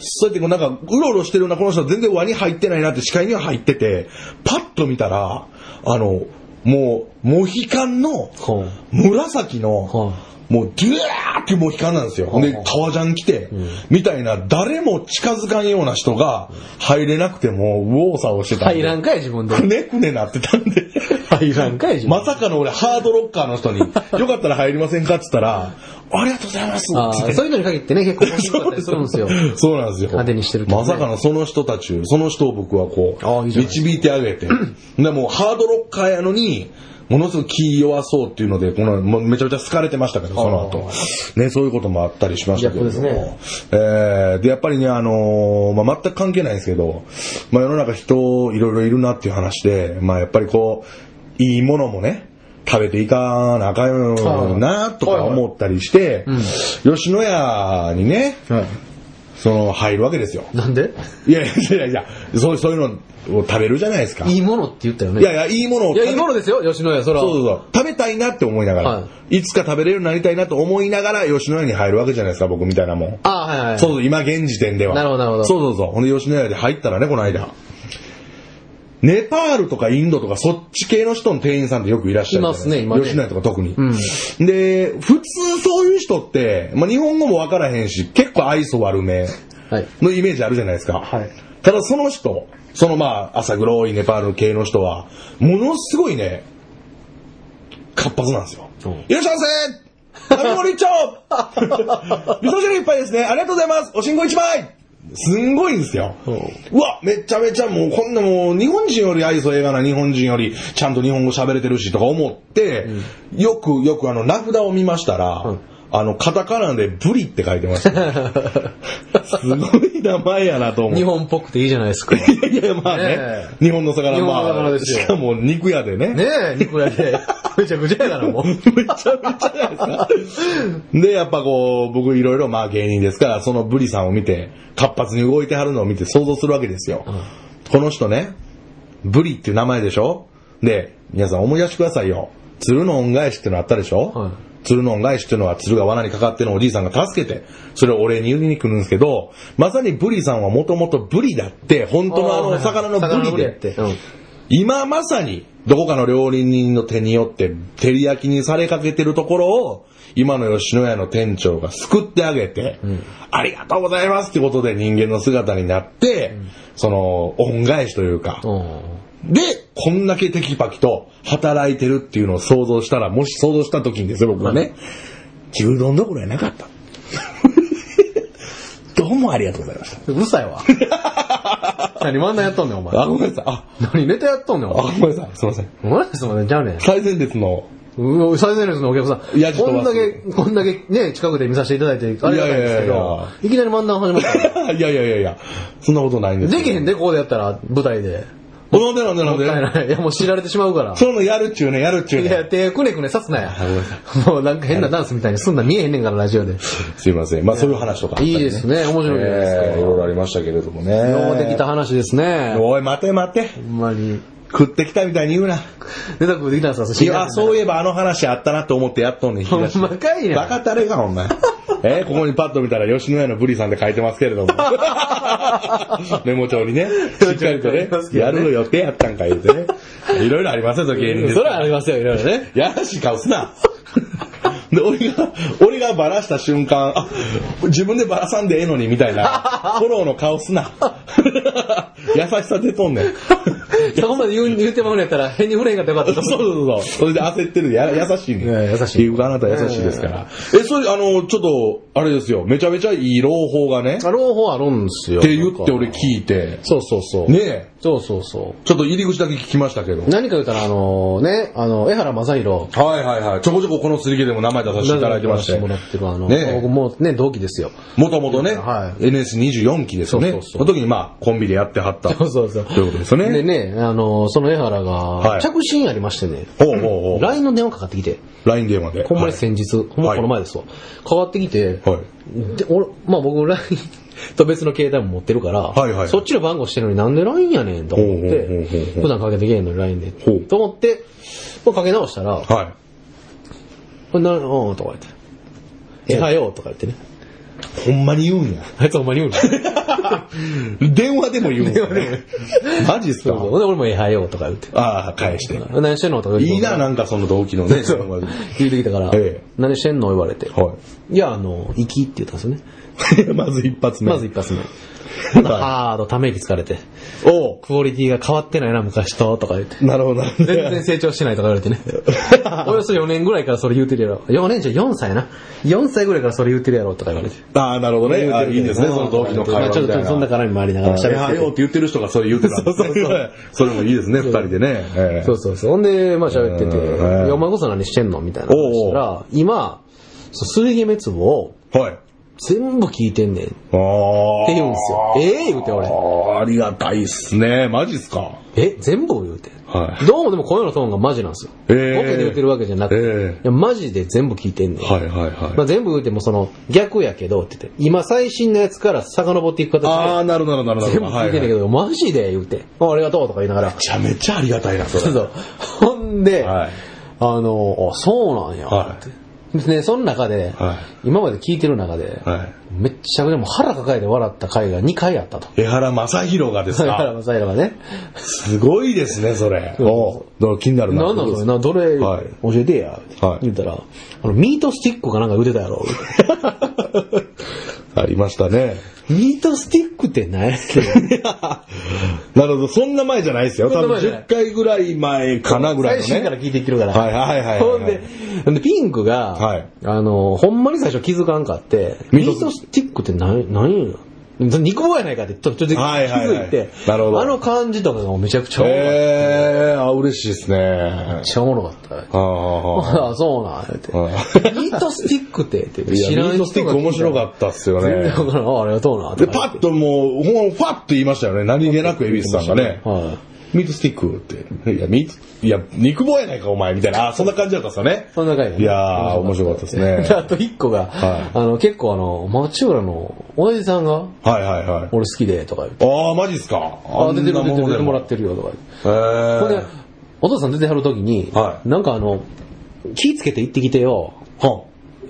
[SPEAKER 2] そうやってこうなんか、うろうろしてるようなこの人は全然輪に入ってないなって視界には入ってて、パッと見たら、あの、もう、モヒカンの
[SPEAKER 3] ほう、
[SPEAKER 2] 紫の、
[SPEAKER 3] ほ
[SPEAKER 2] もう、ドゥワーってモヒカンなんですよ。で、革ジャン着て、みたいな、誰も近づかんような人が入れなくても、右往左往してたんで。
[SPEAKER 3] 入らんかい自分で
[SPEAKER 2] くねくねなってたんで。
[SPEAKER 3] 入らんかい自分
[SPEAKER 2] まさかの俺、ハードロッカーの人に、よかったら入りませんかって言ったら、ありがとうございます
[SPEAKER 3] ああ
[SPEAKER 2] って
[SPEAKER 3] そういうのに限ってね結構面白かったりするんですよ
[SPEAKER 2] そうなんですよ。
[SPEAKER 3] 派手にしてるけどね
[SPEAKER 2] まさかのその人たち、その人を僕はこ
[SPEAKER 3] ああ
[SPEAKER 2] う、
[SPEAKER 3] いいじゃない
[SPEAKER 2] 導いてあげて。でもうハードロッカーやのに、ものすごく気弱そうっていうので、この、もうめちゃめちゃ好かれてましたけど、その後。ね、そういうこともあったりしましたけれども。
[SPEAKER 3] 逆で
[SPEAKER 2] えーで、やっぱりね、あのーまあ、全く関係ないんですけど、まあ、世の中人いろいろいるなっていう話で、まあ、やっぱりこう、いいものもね、食べていかなあかんよなとか思ったりして、吉野家にね、その、入るわけですよ。
[SPEAKER 3] なんで
[SPEAKER 2] いやいやいやいや、そうそういうのを食べるじゃないですか。
[SPEAKER 3] い
[SPEAKER 2] い
[SPEAKER 3] いものって言ったよね
[SPEAKER 2] やいや、いいものを
[SPEAKER 3] いやいいものですよ吉野家そら
[SPEAKER 2] そうそうそう。食べたいなって思いながら、、
[SPEAKER 3] はい
[SPEAKER 2] つか食べれるようになりたいなと思いながら、吉野家に入るわけじゃないですか、僕みたいなもん。
[SPEAKER 3] ああはいはい
[SPEAKER 2] そうそう、今現時点では。
[SPEAKER 3] なるほどなるほど
[SPEAKER 2] そうそうそう。ほんで、吉野家で入ったらね、この間。ネパールとかインドとかそっち系の人の店員さんってよくいらっしゃるじゃないですか。
[SPEAKER 3] いますね今ね
[SPEAKER 2] 吉野家とか特に。
[SPEAKER 3] ん
[SPEAKER 2] で、普通そういう人って、まあ、日本語もわからへんし、結構愛想悪め。
[SPEAKER 3] はい
[SPEAKER 2] のイメージあるじゃないですか。
[SPEAKER 3] はい
[SPEAKER 2] ただその人、そのまあ、朝黒いネパール系の人は、ものすごいね、活発なんですよ
[SPEAKER 3] うん。
[SPEAKER 2] いらっしゃいませ食べ物一丁味噌汁いっぱいですね。ありがとうございますおしんこ一枚すんごいんですよ。うわ、めちゃめちゃもうこんなもう日本人より愛想映画な日本人よりちゃんと日本語喋れてるしとか思って、よくよくあの名札を見ましたら、
[SPEAKER 3] うん
[SPEAKER 2] あのカタカナでブリって書いてました。 すごい名前やなと思う。
[SPEAKER 3] 日本っぽくていいじゃないですかね
[SPEAKER 2] いやいや、まあ ね。
[SPEAKER 3] ねえ
[SPEAKER 2] 日本の魚、
[SPEAKER 3] 日本の魚
[SPEAKER 2] まあ、
[SPEAKER 3] ですよ
[SPEAKER 2] しかも肉屋でね。
[SPEAKER 3] え肉屋でめちゃくちゃやからもう
[SPEAKER 2] めち ゃめちゃじゃないですか。で、やっぱこう、僕いろいろまあ芸人ですから、そのブリさんを見て、活発に動いてはるのを見て想像するわけですよ。この人ね、ブリっていう名前でしょで、皆さん思い出してくださいよ。鶴の恩返しってのあったでしょ、
[SPEAKER 3] はい
[SPEAKER 2] 鶴の恩返しっていうのは鶴が罠にかかってるおじいさんが助けて、それをお礼に売りに来るんですけど、まさにブリさんはもともとブリだって、本当のあの魚のブリでって、
[SPEAKER 3] 魚のブリや
[SPEAKER 2] 今まさに、どこかの料理人の手によって、照り焼きにされかけてるところを、今の吉野家の店長が救ってあげて、ありがとうございますってことで人間の姿になって、その、恩返しというか、
[SPEAKER 3] うんうん
[SPEAKER 2] で、こんだけテキパキと働いてるっていうのを想像したら、もし想像した時にですよ、僕はね、牛丼どころやなかった。 どうもありがとうございました。
[SPEAKER 3] うるさ いわ。何漫談やっとんねん、お前。
[SPEAKER 2] あ、ごめんなさい。あ、
[SPEAKER 3] 何ネタやっとんねん、お
[SPEAKER 2] あ
[SPEAKER 3] 前。
[SPEAKER 2] ごめんなさい。すいません。
[SPEAKER 3] 何ですもんね、ちゃうねん。
[SPEAKER 2] 最前列の
[SPEAKER 3] うわ最前列のお客さん。
[SPEAKER 2] いやちょっ
[SPEAKER 3] ことん
[SPEAKER 2] 待
[SPEAKER 3] だ
[SPEAKER 2] って
[SPEAKER 3] け、こんだけね、近くで見させていただいて、ありがたいんで
[SPEAKER 2] いや
[SPEAKER 3] すけ
[SPEAKER 2] いやいや
[SPEAKER 3] ど、いきなり漫談始まったから。
[SPEAKER 2] いやいやいやいや、そんなことないんです
[SPEAKER 3] できへん
[SPEAKER 2] で。
[SPEAKER 3] で、ここでやったら、舞台で。
[SPEAKER 2] なんでなんでなん
[SPEAKER 3] いやい
[SPEAKER 2] で
[SPEAKER 3] やいや、もう知られてしまうから。
[SPEAKER 2] そういうのやるっちゅうね、やるっちゅう
[SPEAKER 3] いや、
[SPEAKER 2] ね。
[SPEAKER 3] 手くねくねさすなや。もうなんか変なダンスみたいにすんな見えへんねんから、ラジオで。
[SPEAKER 2] すいません。まあそういう話とかあったり
[SPEAKER 3] い
[SPEAKER 2] ね。
[SPEAKER 3] いですね、面白いじゃないですか。
[SPEAKER 2] えーいろいろありましたけれどもね。
[SPEAKER 3] ようできた話ですね。
[SPEAKER 2] おい、待て待て。
[SPEAKER 3] ほんまに。
[SPEAKER 2] 食ってきたみたいに言うな。
[SPEAKER 3] ネタくできたんです
[SPEAKER 2] い
[SPEAKER 3] か
[SPEAKER 2] や、あそういえばあの話あったなと思ってやっとんねん、引き
[SPEAKER 3] ほん
[SPEAKER 2] 出し
[SPEAKER 3] まかいねん。
[SPEAKER 2] バカたれか、ほんま。 えーここにパッと見たら、吉野家のブリさんって書いてますけれども。 メモ帳にね、しっかりとね、やる予定やったんか言うてね。いろいろありますよ、その芸人です
[SPEAKER 3] そ
[SPEAKER 2] から
[SPEAKER 3] れはありますよ、いろいろね。
[SPEAKER 2] やらしい顔すな。で、俺が、俺がバラした瞬間、あ、自分でバラさんでええのに、みたいな、フォローの顔すな。優しさ出とんねん。
[SPEAKER 3] そこまで言う言うてまうのやったら、変に触れへんかったらよかった
[SPEAKER 2] そうそうそう。それで焦ってるで、や優しいねん。
[SPEAKER 3] ね優し
[SPEAKER 2] っ
[SPEAKER 3] い
[SPEAKER 2] てうかあなた優しいですから。え、それ、あの、ちょっと、あれですよ、めちゃめちゃいい朗報がね、っ
[SPEAKER 3] あ朗報あるんですよ。
[SPEAKER 2] て言って俺聞いて、
[SPEAKER 3] そうそうそう。
[SPEAKER 2] ねえ、
[SPEAKER 3] そうそうそ
[SPEAKER 2] ちょっと入り口だけ聞きましたけど
[SPEAKER 3] う。。何か言うたら、あのね、あの、江原正宏。
[SPEAKER 2] はいはいはい。ちょこちょここのすり切でも名前出させていただいてまして。
[SPEAKER 3] もらってる、あの、
[SPEAKER 2] ねえ
[SPEAKER 3] 僕もうね、同期ですよ。
[SPEAKER 2] もともとね、
[SPEAKER 3] は
[SPEAKER 2] NS24 期ですよね。
[SPEAKER 3] そうそうそう
[SPEAKER 2] その時にまあ、コンビでやってはった。
[SPEAKER 3] そうそうそう
[SPEAKER 2] ということですよね。
[SPEAKER 3] でね、あの、その江原
[SPEAKER 2] は
[SPEAKER 3] が、
[SPEAKER 2] い
[SPEAKER 3] 着信ありましてね、
[SPEAKER 2] ほうほうほ
[SPEAKER 3] LINE の電話かかってきて、
[SPEAKER 2] う。LINE 電話で。
[SPEAKER 3] ほんまに
[SPEAKER 2] はい
[SPEAKER 3] 先日、ほんまこの前ですわ。かかってきて、
[SPEAKER 2] はい
[SPEAKER 3] で俺まあ僕 LINE と別の携帯も持ってるから、
[SPEAKER 2] はいはい
[SPEAKER 3] そっちの番号してるのになんで LINE やねんと思っ
[SPEAKER 2] ほうほうほうほ
[SPEAKER 3] て
[SPEAKER 2] う
[SPEAKER 3] 普段かけてけえへんのに LINE で
[SPEAKER 2] ほう
[SPEAKER 3] と思って、まあ、かけ直したら「
[SPEAKER 2] は
[SPEAKER 3] これなうん」とか言って「えはよ」とか言ってね
[SPEAKER 2] い。ほんまに言うんや。
[SPEAKER 3] あいつほんまに言うの
[SPEAKER 2] 電話でも言うんや。マジっす
[SPEAKER 3] そう
[SPEAKER 2] か
[SPEAKER 3] そうほんで俺も「えはよ」とか言って
[SPEAKER 2] ああ、返して。
[SPEAKER 3] 「何してんの?」とか言って
[SPEAKER 2] いいな、なんかその同期のね。
[SPEAKER 3] そう
[SPEAKER 2] 電話で
[SPEAKER 3] 言うてきたから「
[SPEAKER 2] ええ
[SPEAKER 3] 何してんの?」言われて「
[SPEAKER 2] はい
[SPEAKER 3] やあの行き」って言ったんですよね
[SPEAKER 2] い。まず一発目。
[SPEAKER 3] まず一 発目
[SPEAKER 2] はい
[SPEAKER 3] ハードため息つかれて
[SPEAKER 2] お
[SPEAKER 3] クオリティが変わってないな昔ととか言って
[SPEAKER 2] うなるほどなるほど。
[SPEAKER 3] 全然成長してないとか言われ てね。およそ4年ぐらいからそれ言うてるやろ。4年じゃ4歳やな。4歳ぐらいからそれ言うてるやろとか言われて。
[SPEAKER 2] ああ、なるほどね。あいいですね、その同期の会
[SPEAKER 3] ま
[SPEAKER 2] 話
[SPEAKER 3] あ
[SPEAKER 2] み
[SPEAKER 3] ち
[SPEAKER 2] た
[SPEAKER 3] ょ
[SPEAKER 2] い
[SPEAKER 3] っと
[SPEAKER 2] な。
[SPEAKER 3] そんな絡みもありながら
[SPEAKER 2] えはようっ
[SPEAKER 3] 喋って
[SPEAKER 2] て言ってる人がそれ言うてたんで
[SPEAKER 3] そうそうそう
[SPEAKER 2] それもいいですね、二人でね。え
[SPEAKER 3] て。
[SPEAKER 2] え
[SPEAKER 3] そうそうそう。ほんで、まあ喋ってて、
[SPEAKER 2] うん
[SPEAKER 3] いやお前こそ何してんのみたいな話したら、今、そう水決め壺を
[SPEAKER 2] はい。
[SPEAKER 3] 全部聞いてんねん。
[SPEAKER 2] ああ。
[SPEAKER 3] って言うんですよええ言うて俺
[SPEAKER 2] ああ、ありがたいっすね。マジっすか。
[SPEAKER 3] え全部言うて。
[SPEAKER 2] はい
[SPEAKER 3] どうもでも声のトーンがマジなんですよ。
[SPEAKER 2] えー
[SPEAKER 3] ボケで言うてるわけじゃなくて、
[SPEAKER 2] え
[SPEAKER 3] いやマジで全部聞いてんねん。
[SPEAKER 2] はいはいはい。
[SPEAKER 3] まあ、全部言うてもその逆やけどって言って、今最新のやつから遡っていく形で、
[SPEAKER 2] ああ、なるほどなるほどなる
[SPEAKER 3] 全
[SPEAKER 2] ほ
[SPEAKER 3] 部
[SPEAKER 2] ど。
[SPEAKER 3] 聞いてんだ
[SPEAKER 2] はい
[SPEAKER 3] け
[SPEAKER 2] はいめ
[SPEAKER 3] ど、マジで言うて、あありがとうとか言いながら、
[SPEAKER 2] ちゃめちゃありがたいな、それ。
[SPEAKER 3] そうそう。ほんで、
[SPEAKER 2] はい
[SPEAKER 3] あの、あそうなんや、
[SPEAKER 2] は
[SPEAKER 3] って。で、その中で、
[SPEAKER 2] は
[SPEAKER 3] 今まで聞いてる中で、
[SPEAKER 2] はい
[SPEAKER 3] めっちゃくちゃもう腹抱えて笑った回が2回あったと。
[SPEAKER 2] 江原正宏がです
[SPEAKER 3] だから、
[SPEAKER 2] か。
[SPEAKER 3] マサイラがね、
[SPEAKER 2] すごいですね、それ。
[SPEAKER 3] そう
[SPEAKER 2] おうどう気になるな。
[SPEAKER 3] なんだそれな、どれ、
[SPEAKER 2] はい
[SPEAKER 3] 教えてや、
[SPEAKER 2] はい
[SPEAKER 3] 言ったら、あの、ミートスティックかなんか言うてた やろ。
[SPEAKER 2] ありましたね。
[SPEAKER 3] ミートスティックって何やねん
[SPEAKER 2] なるほど、そんな前じゃないですよ。
[SPEAKER 3] そん
[SPEAKER 2] 多
[SPEAKER 3] な
[SPEAKER 2] 分
[SPEAKER 3] 前じゃな
[SPEAKER 2] 10
[SPEAKER 3] い
[SPEAKER 2] 回ぐらい前かなぐらいのね。
[SPEAKER 3] 最新から聞いてきてるから。
[SPEAKER 2] はいはいはいはいはい
[SPEAKER 3] ほんで、ほんでピンクが、
[SPEAKER 2] はい
[SPEAKER 3] あの、ほんまに最初気づかんかって、
[SPEAKER 2] ミ
[SPEAKER 3] ミ
[SPEAKER 2] ート
[SPEAKER 3] ートスティックって何、何や肉棒やないかって、ちょっと気
[SPEAKER 2] はいはいはい
[SPEAKER 3] づいて、
[SPEAKER 2] なるほど
[SPEAKER 3] あの感じとかがめちゃくちゃおもろかった。めっ
[SPEAKER 2] へえー、あ、嬉しいですね。は
[SPEAKER 3] ちゃおもろかった。
[SPEAKER 2] あはあはあ
[SPEAKER 3] ああ、そうなん、言うて。
[SPEAKER 2] う
[SPEAKER 3] ミートスティックって、って
[SPEAKER 2] いや、
[SPEAKER 3] 知
[SPEAKER 2] ミ
[SPEAKER 3] らん
[SPEAKER 2] ートスティック面白
[SPEAKER 3] っ
[SPEAKER 2] かったっすよ
[SPEAKER 3] た全然
[SPEAKER 2] ね。
[SPEAKER 3] わからん。あありがとうな。
[SPEAKER 2] で、パッともう、ほん、ファッと言いましたよね。何気なく、エビスさんがね。
[SPEAKER 3] はい。
[SPEAKER 2] ミートスティックって。いや、ミート、いや、肉棒やないか、お前、みたいな。あ、そんな感じだったっすよね。
[SPEAKER 3] そんな回がね
[SPEAKER 2] いやー、面白かったですね。
[SPEAKER 3] で あと一個が、
[SPEAKER 2] はい
[SPEAKER 3] あの、結構あの、町浦の親父さんが、
[SPEAKER 2] はいはいはい。
[SPEAKER 3] 俺好きで、とか言って。
[SPEAKER 2] ああ、マジっすか。。
[SPEAKER 3] あ、出てる出てる出てもらっててるよとか言って。
[SPEAKER 2] へー
[SPEAKER 3] ほんで、お父さん出てはる時に、
[SPEAKER 2] はい
[SPEAKER 3] なんかあの、火つけて行ってきてよ。
[SPEAKER 2] は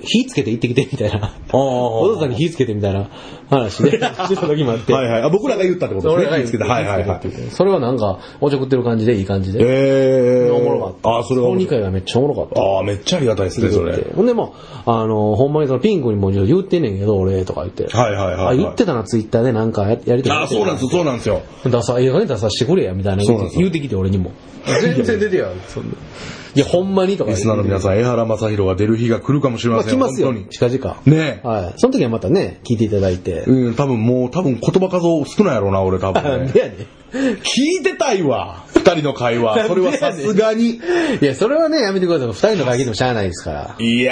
[SPEAKER 3] 火つけて行ってきてみたいな。
[SPEAKER 2] ああ
[SPEAKER 3] お父さんに火つけてみたいな 話で、してた時もあって。
[SPEAKER 2] はいはい。あ、僕らが言ったってことですね。
[SPEAKER 3] が
[SPEAKER 2] 気をつけてはいはいはい
[SPEAKER 3] 火つけてって。言ってそれはなんか、おちょくってる感じでいい感じで。
[SPEAKER 2] ええー。
[SPEAKER 3] おもろかった。
[SPEAKER 2] あ、それは
[SPEAKER 3] この
[SPEAKER 2] 面
[SPEAKER 3] 2
[SPEAKER 2] 白い。
[SPEAKER 3] 回がめっちゃおもろかった。
[SPEAKER 2] ああ、めっちゃありがたいですね、それ。
[SPEAKER 3] でほんでもう、あの、ほんまにそのピンクにも言ってんねんけど、俺、とか言って。
[SPEAKER 2] はいはいはいはい
[SPEAKER 3] あ、言ってたな、ツイッターでなんかややりとり
[SPEAKER 2] ああ、そうなんですよ、そうなんですよ。
[SPEAKER 3] 出さ、映画に出さしてくれや、みたいな
[SPEAKER 2] そうなんですよ
[SPEAKER 3] 言うてきて、俺にも。全然出てや、 そんな。いや、ほんまにとか言
[SPEAKER 2] リ
[SPEAKER 3] って。
[SPEAKER 2] スナーの皆さん、江原正宏が出る日が来るかもしれ
[SPEAKER 3] ま
[SPEAKER 2] ま
[SPEAKER 3] あ
[SPEAKER 2] せん
[SPEAKER 3] 来ますよ、
[SPEAKER 2] 本当に。
[SPEAKER 3] 近々。
[SPEAKER 2] ねえ
[SPEAKER 3] はい。その時はまたね、聞いていただいて。
[SPEAKER 2] うん、多分もう、多分言葉数少ないやろうな、俺多
[SPEAKER 3] な
[SPEAKER 2] 分、
[SPEAKER 3] ん
[SPEAKER 2] ね。
[SPEAKER 3] でや ね
[SPEAKER 2] 聞いてたいわ、二人の会 話。それはさすがに。
[SPEAKER 3] ん。いや、それはね、やめてください。二人の会議でもしゃあないですから。
[SPEAKER 2] い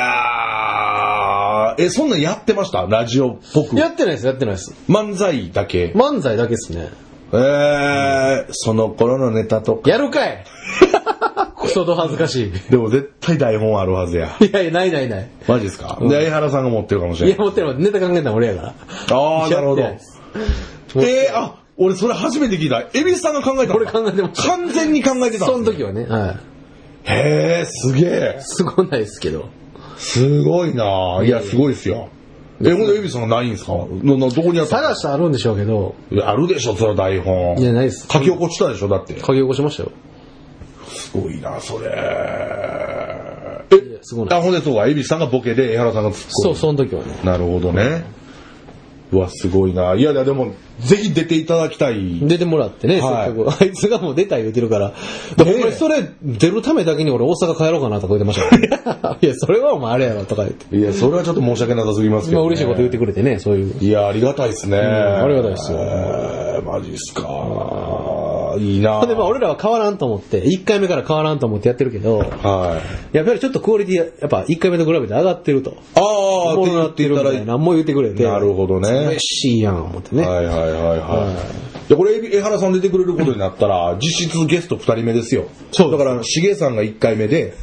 [SPEAKER 2] やー、え、そんなんやってましたラジオっぽく。
[SPEAKER 3] やってないです、やってないです。
[SPEAKER 2] 漫才だけ。
[SPEAKER 3] 漫才だけですね。
[SPEAKER 2] えー、その頃のネタとか。
[SPEAKER 3] やる かいクソど恥ずかしい。
[SPEAKER 2] でも絶対台本あるはずや。
[SPEAKER 3] いやいや、ないないない。
[SPEAKER 2] マジですか、で、江原さんが持ってるかもし
[SPEAKER 3] い
[SPEAKER 2] れ
[SPEAKER 3] や、
[SPEAKER 2] ない。
[SPEAKER 3] 持ってるのネタ考えたの俺やから。
[SPEAKER 2] ああ、なるほど。
[SPEAKER 3] やってない
[SPEAKER 2] え
[SPEAKER 3] です
[SPEAKER 2] ー、あ、俺それ初めて聞いた。エビスさんが考えたの
[SPEAKER 3] 俺考えてました
[SPEAKER 2] 完全に考えてたんですね
[SPEAKER 3] その時はね、はい。
[SPEAKER 2] へえ、すげえ。
[SPEAKER 3] すごないですけど。
[SPEAKER 2] すごいなぁ。いや、すごいですよ。え、ほんで、エビさんないんですかな、な、どこにあった
[SPEAKER 3] 探したらあるんでしょうけど、
[SPEAKER 2] いやあるでしょ、その台本。
[SPEAKER 3] いやないです
[SPEAKER 2] 書き起こしたでしょ、だって。
[SPEAKER 3] 書き起こしましたよ。
[SPEAKER 2] すごいなそれ。
[SPEAKER 3] い
[SPEAKER 2] え
[SPEAKER 3] や、すご
[SPEAKER 2] あ、
[SPEAKER 3] ない。
[SPEAKER 2] ほんで、そうか、エビさんがボケで、江原さんがツッコ
[SPEAKER 3] そう、
[SPEAKER 2] ミ。
[SPEAKER 3] その時はね。
[SPEAKER 2] なるほどね。うわ、すごいないやいや、でも、ぜひ出ていただきたい。
[SPEAKER 3] 出てもらってね、せ
[SPEAKER 2] はい
[SPEAKER 3] っかく。あ いつがもう出た言うてるから。で
[SPEAKER 2] ねえ
[SPEAKER 3] これ、それ、出るためだけに俺大阪帰ろうかなとか言ってました からねいや、それはお前あれやろとか言って。
[SPEAKER 2] いや、それはちょっと申し訳なさすぎますけ
[SPEAKER 3] まあ
[SPEAKER 2] ど、ね。
[SPEAKER 3] 嬉しいこと言ってくれてね、そういう。
[SPEAKER 2] いや、ありがたいですね。あ
[SPEAKER 3] りがたいですよ
[SPEAKER 2] マジっすか。いいな
[SPEAKER 3] で、まあ俺らは変わらんと思って、1回目から変わらんと思ってやってるけど、
[SPEAKER 2] はい。
[SPEAKER 3] やっぱりちょっとクオリティ、やっぱ1回目と比べて上がってると。
[SPEAKER 2] ああ、
[SPEAKER 3] こ
[SPEAKER 2] っ
[SPEAKER 3] う
[SPEAKER 2] て
[SPEAKER 3] な
[SPEAKER 2] 言
[SPEAKER 3] っ
[SPEAKER 2] っててい
[SPEAKER 3] るみ
[SPEAKER 2] た
[SPEAKER 3] た
[SPEAKER 2] だ
[SPEAKER 3] い
[SPEAKER 2] い
[SPEAKER 3] な、もう言ってくれて。
[SPEAKER 2] なるほどね
[SPEAKER 3] 嬉しいやん、思ってね。
[SPEAKER 2] はいはいはいはい。いや、これ、江原さん出てくれることになったら、実質ゲスト2人目ですよ。
[SPEAKER 3] そうです
[SPEAKER 2] だから、しげさんが1回目で、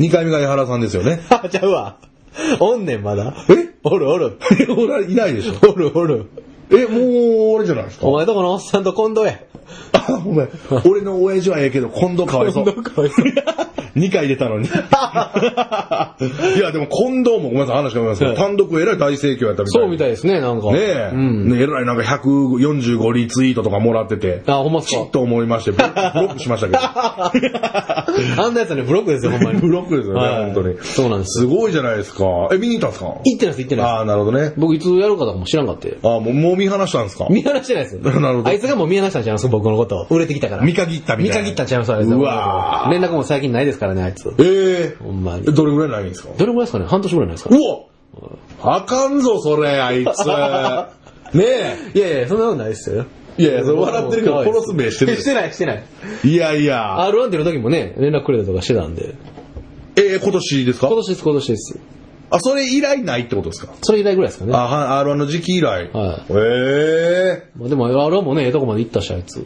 [SPEAKER 2] 2回目が江原さんですよね。
[SPEAKER 3] あ、ちゃうわ。おんねん、まだ。
[SPEAKER 2] え
[SPEAKER 3] おるおる。
[SPEAKER 2] えほ ら、いないでしょ。
[SPEAKER 3] おるおる。
[SPEAKER 2] え、もう、終わりじゃないですか
[SPEAKER 3] お。前とこのおっさんと近藤や。
[SPEAKER 2] あ、ごめん。俺の親父はええけど、近藤かわいそう。
[SPEAKER 3] 近藤かわいそう
[SPEAKER 2] 2回出た のに。いや、でも近藤もごめんなさい、話がごめんなさ。
[SPEAKER 3] はいい
[SPEAKER 2] 単独えらい大盛況やったみたい
[SPEAKER 3] そうみたい
[SPEAKER 2] い。
[SPEAKER 3] ですね、なんか。
[SPEAKER 2] ねえ、
[SPEAKER 3] うん。
[SPEAKER 2] ねえらいなんか145リツイートとかもらってて。
[SPEAKER 3] あ、ほんまっす
[SPEAKER 2] ち
[SPEAKER 3] か
[SPEAKER 2] っ。と思いまして、ブロックブロックしましたけど。
[SPEAKER 3] あんなやつはね、ブロックですよ、ほんまに。
[SPEAKER 2] ブロックですよね、
[SPEAKER 3] はい
[SPEAKER 2] 本当に。
[SPEAKER 3] そうなんです
[SPEAKER 2] すごいじゃないですか。え、見に行ったんですか
[SPEAKER 3] 行ってないです、行ってない
[SPEAKER 2] あ
[SPEAKER 3] で
[SPEAKER 2] あ、なるほどね
[SPEAKER 3] す。。僕いつやるかとかも知らんかって。
[SPEAKER 2] ああ、もう、もう見放したんですか
[SPEAKER 3] 見放してないです。
[SPEAKER 2] なるほど
[SPEAKER 3] あいつがもう見放したんちゃいます、僕のこと。売れてきたから。
[SPEAKER 2] 見限ったみ
[SPEAKER 3] 見
[SPEAKER 2] たいな。
[SPEAKER 3] 限ったんちゃいます、あいつは
[SPEAKER 2] うわ
[SPEAKER 3] 連絡も最近ないですからね、あいつ。
[SPEAKER 2] ーええ
[SPEAKER 3] ほんまに。
[SPEAKER 2] どれぐらいないんですか
[SPEAKER 3] どれぐらいですかね半年ぐらいないですかね
[SPEAKER 2] うわあかんぞ、それ、あい つ。ねえ。
[SPEAKER 3] いやいや、そんなことないですよ。
[SPEAKER 2] いやいやそれ笑ってるけど殺す目してる
[SPEAKER 3] えしてない、してない。
[SPEAKER 2] いやいや。
[SPEAKER 3] R1 出る時もね、連絡くれたりとかしてたんで。
[SPEAKER 2] ええ今年ですか
[SPEAKER 3] 今年です、今年です。
[SPEAKER 2] あ、それ以来ないってことですか
[SPEAKER 3] それ以来ぐらいですかね。
[SPEAKER 2] あ、は R1 の時期以来。
[SPEAKER 3] は
[SPEAKER 2] ええ
[SPEAKER 3] まあ、でも R1 もね、ええとこまで行ったし、あいつ。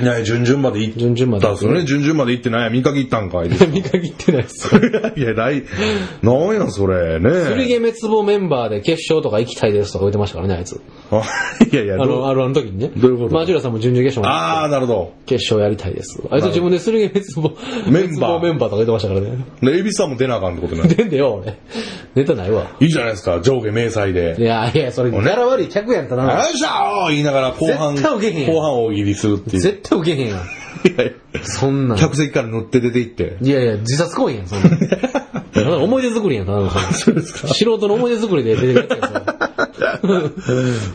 [SPEAKER 2] いやいや、順々まで行
[SPEAKER 3] 順々ま
[SPEAKER 2] っ
[SPEAKER 3] で
[SPEAKER 2] たんですよね。順々まで行ってないや、見限ったん かい。い
[SPEAKER 3] 見限ってな いです。
[SPEAKER 2] や、ない、なんや、それ、
[SPEAKER 3] 古
[SPEAKER 2] ねえ。
[SPEAKER 3] 毛滅亡メンバーで決勝とか行きたいですとか言ってましたからね、あいつ。
[SPEAKER 2] あいやいや、
[SPEAKER 3] あ
[SPEAKER 2] どう
[SPEAKER 3] の、R1 の時にね。
[SPEAKER 2] どういうこと
[SPEAKER 3] マジュラさんも準々決勝ま
[SPEAKER 2] ああ、なるほ
[SPEAKER 3] で決勝やりたいです。あいつ自分で古毛滅亡
[SPEAKER 2] メンバー
[SPEAKER 3] 滅亡メンバーとか言ってましたからね。
[SPEAKER 2] ど。で、エビさんも出なあかんってことね。
[SPEAKER 3] 出んでよ、俺。ネタないわ。
[SPEAKER 2] いいじゃないですか、上下明細
[SPEAKER 3] い
[SPEAKER 2] で。
[SPEAKER 3] やいや、それ、ギャラ悪い客やんた
[SPEAKER 2] よ
[SPEAKER 3] な。
[SPEAKER 2] いしょー言いながら後半、
[SPEAKER 3] 絶対受けへんやん
[SPEAKER 2] 後半大喜利するっていう。
[SPEAKER 3] 絶対受けへんやん。
[SPEAKER 2] いやいや
[SPEAKER 3] そんなん。
[SPEAKER 2] 客席から乗って出て行って。
[SPEAKER 3] いやいや、自殺行為やん、そ んなんただ思い出作りやん、ただの。そうですか。素人の思い出作りで出てくるやつやん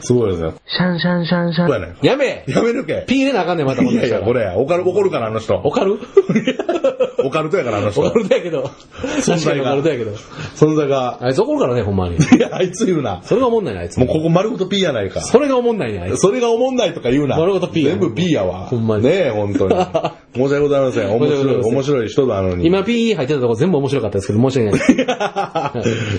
[SPEAKER 2] すごいですね。
[SPEAKER 4] シャンシャンシャンシャ
[SPEAKER 2] こ
[SPEAKER 4] ン。
[SPEAKER 2] れやね
[SPEAKER 3] そ。
[SPEAKER 2] やめ
[SPEAKER 3] れやめえ
[SPEAKER 2] るけ。
[SPEAKER 3] ピー入れなあかんねん、また
[SPEAKER 2] いやいや、こ
[SPEAKER 3] れ。
[SPEAKER 2] れや。オカル、怒るから、あの人。
[SPEAKER 3] オカ ル
[SPEAKER 2] オカルトやから、あの人
[SPEAKER 3] オ。カルだやけど。
[SPEAKER 2] 存
[SPEAKER 3] 確か
[SPEAKER 2] 在
[SPEAKER 3] にオ
[SPEAKER 2] が
[SPEAKER 3] カルだやけど。
[SPEAKER 2] 存在が。
[SPEAKER 3] あいつ怒るからね、ほんまに。
[SPEAKER 2] いや、あいつ言うな。
[SPEAKER 3] それがおもんないな、あいつ。
[SPEAKER 2] もうここ丸ごと P やないか。
[SPEAKER 3] それがおもんないね、あいつ。
[SPEAKER 2] それがおもんないとか言うな。
[SPEAKER 3] 丸ごと P や
[SPEAKER 2] 全部 P やわ。
[SPEAKER 3] ほんまに
[SPEAKER 2] ねえ、ほんとに。 申し訳ございません。面
[SPEAKER 3] 申し
[SPEAKER 2] 白い、
[SPEAKER 3] 訳ございません
[SPEAKER 2] 面白い人なのに。
[SPEAKER 3] 今ピー入ってたとこ全部面白かったですけど、申し訳ない。
[SPEAKER 2] いや、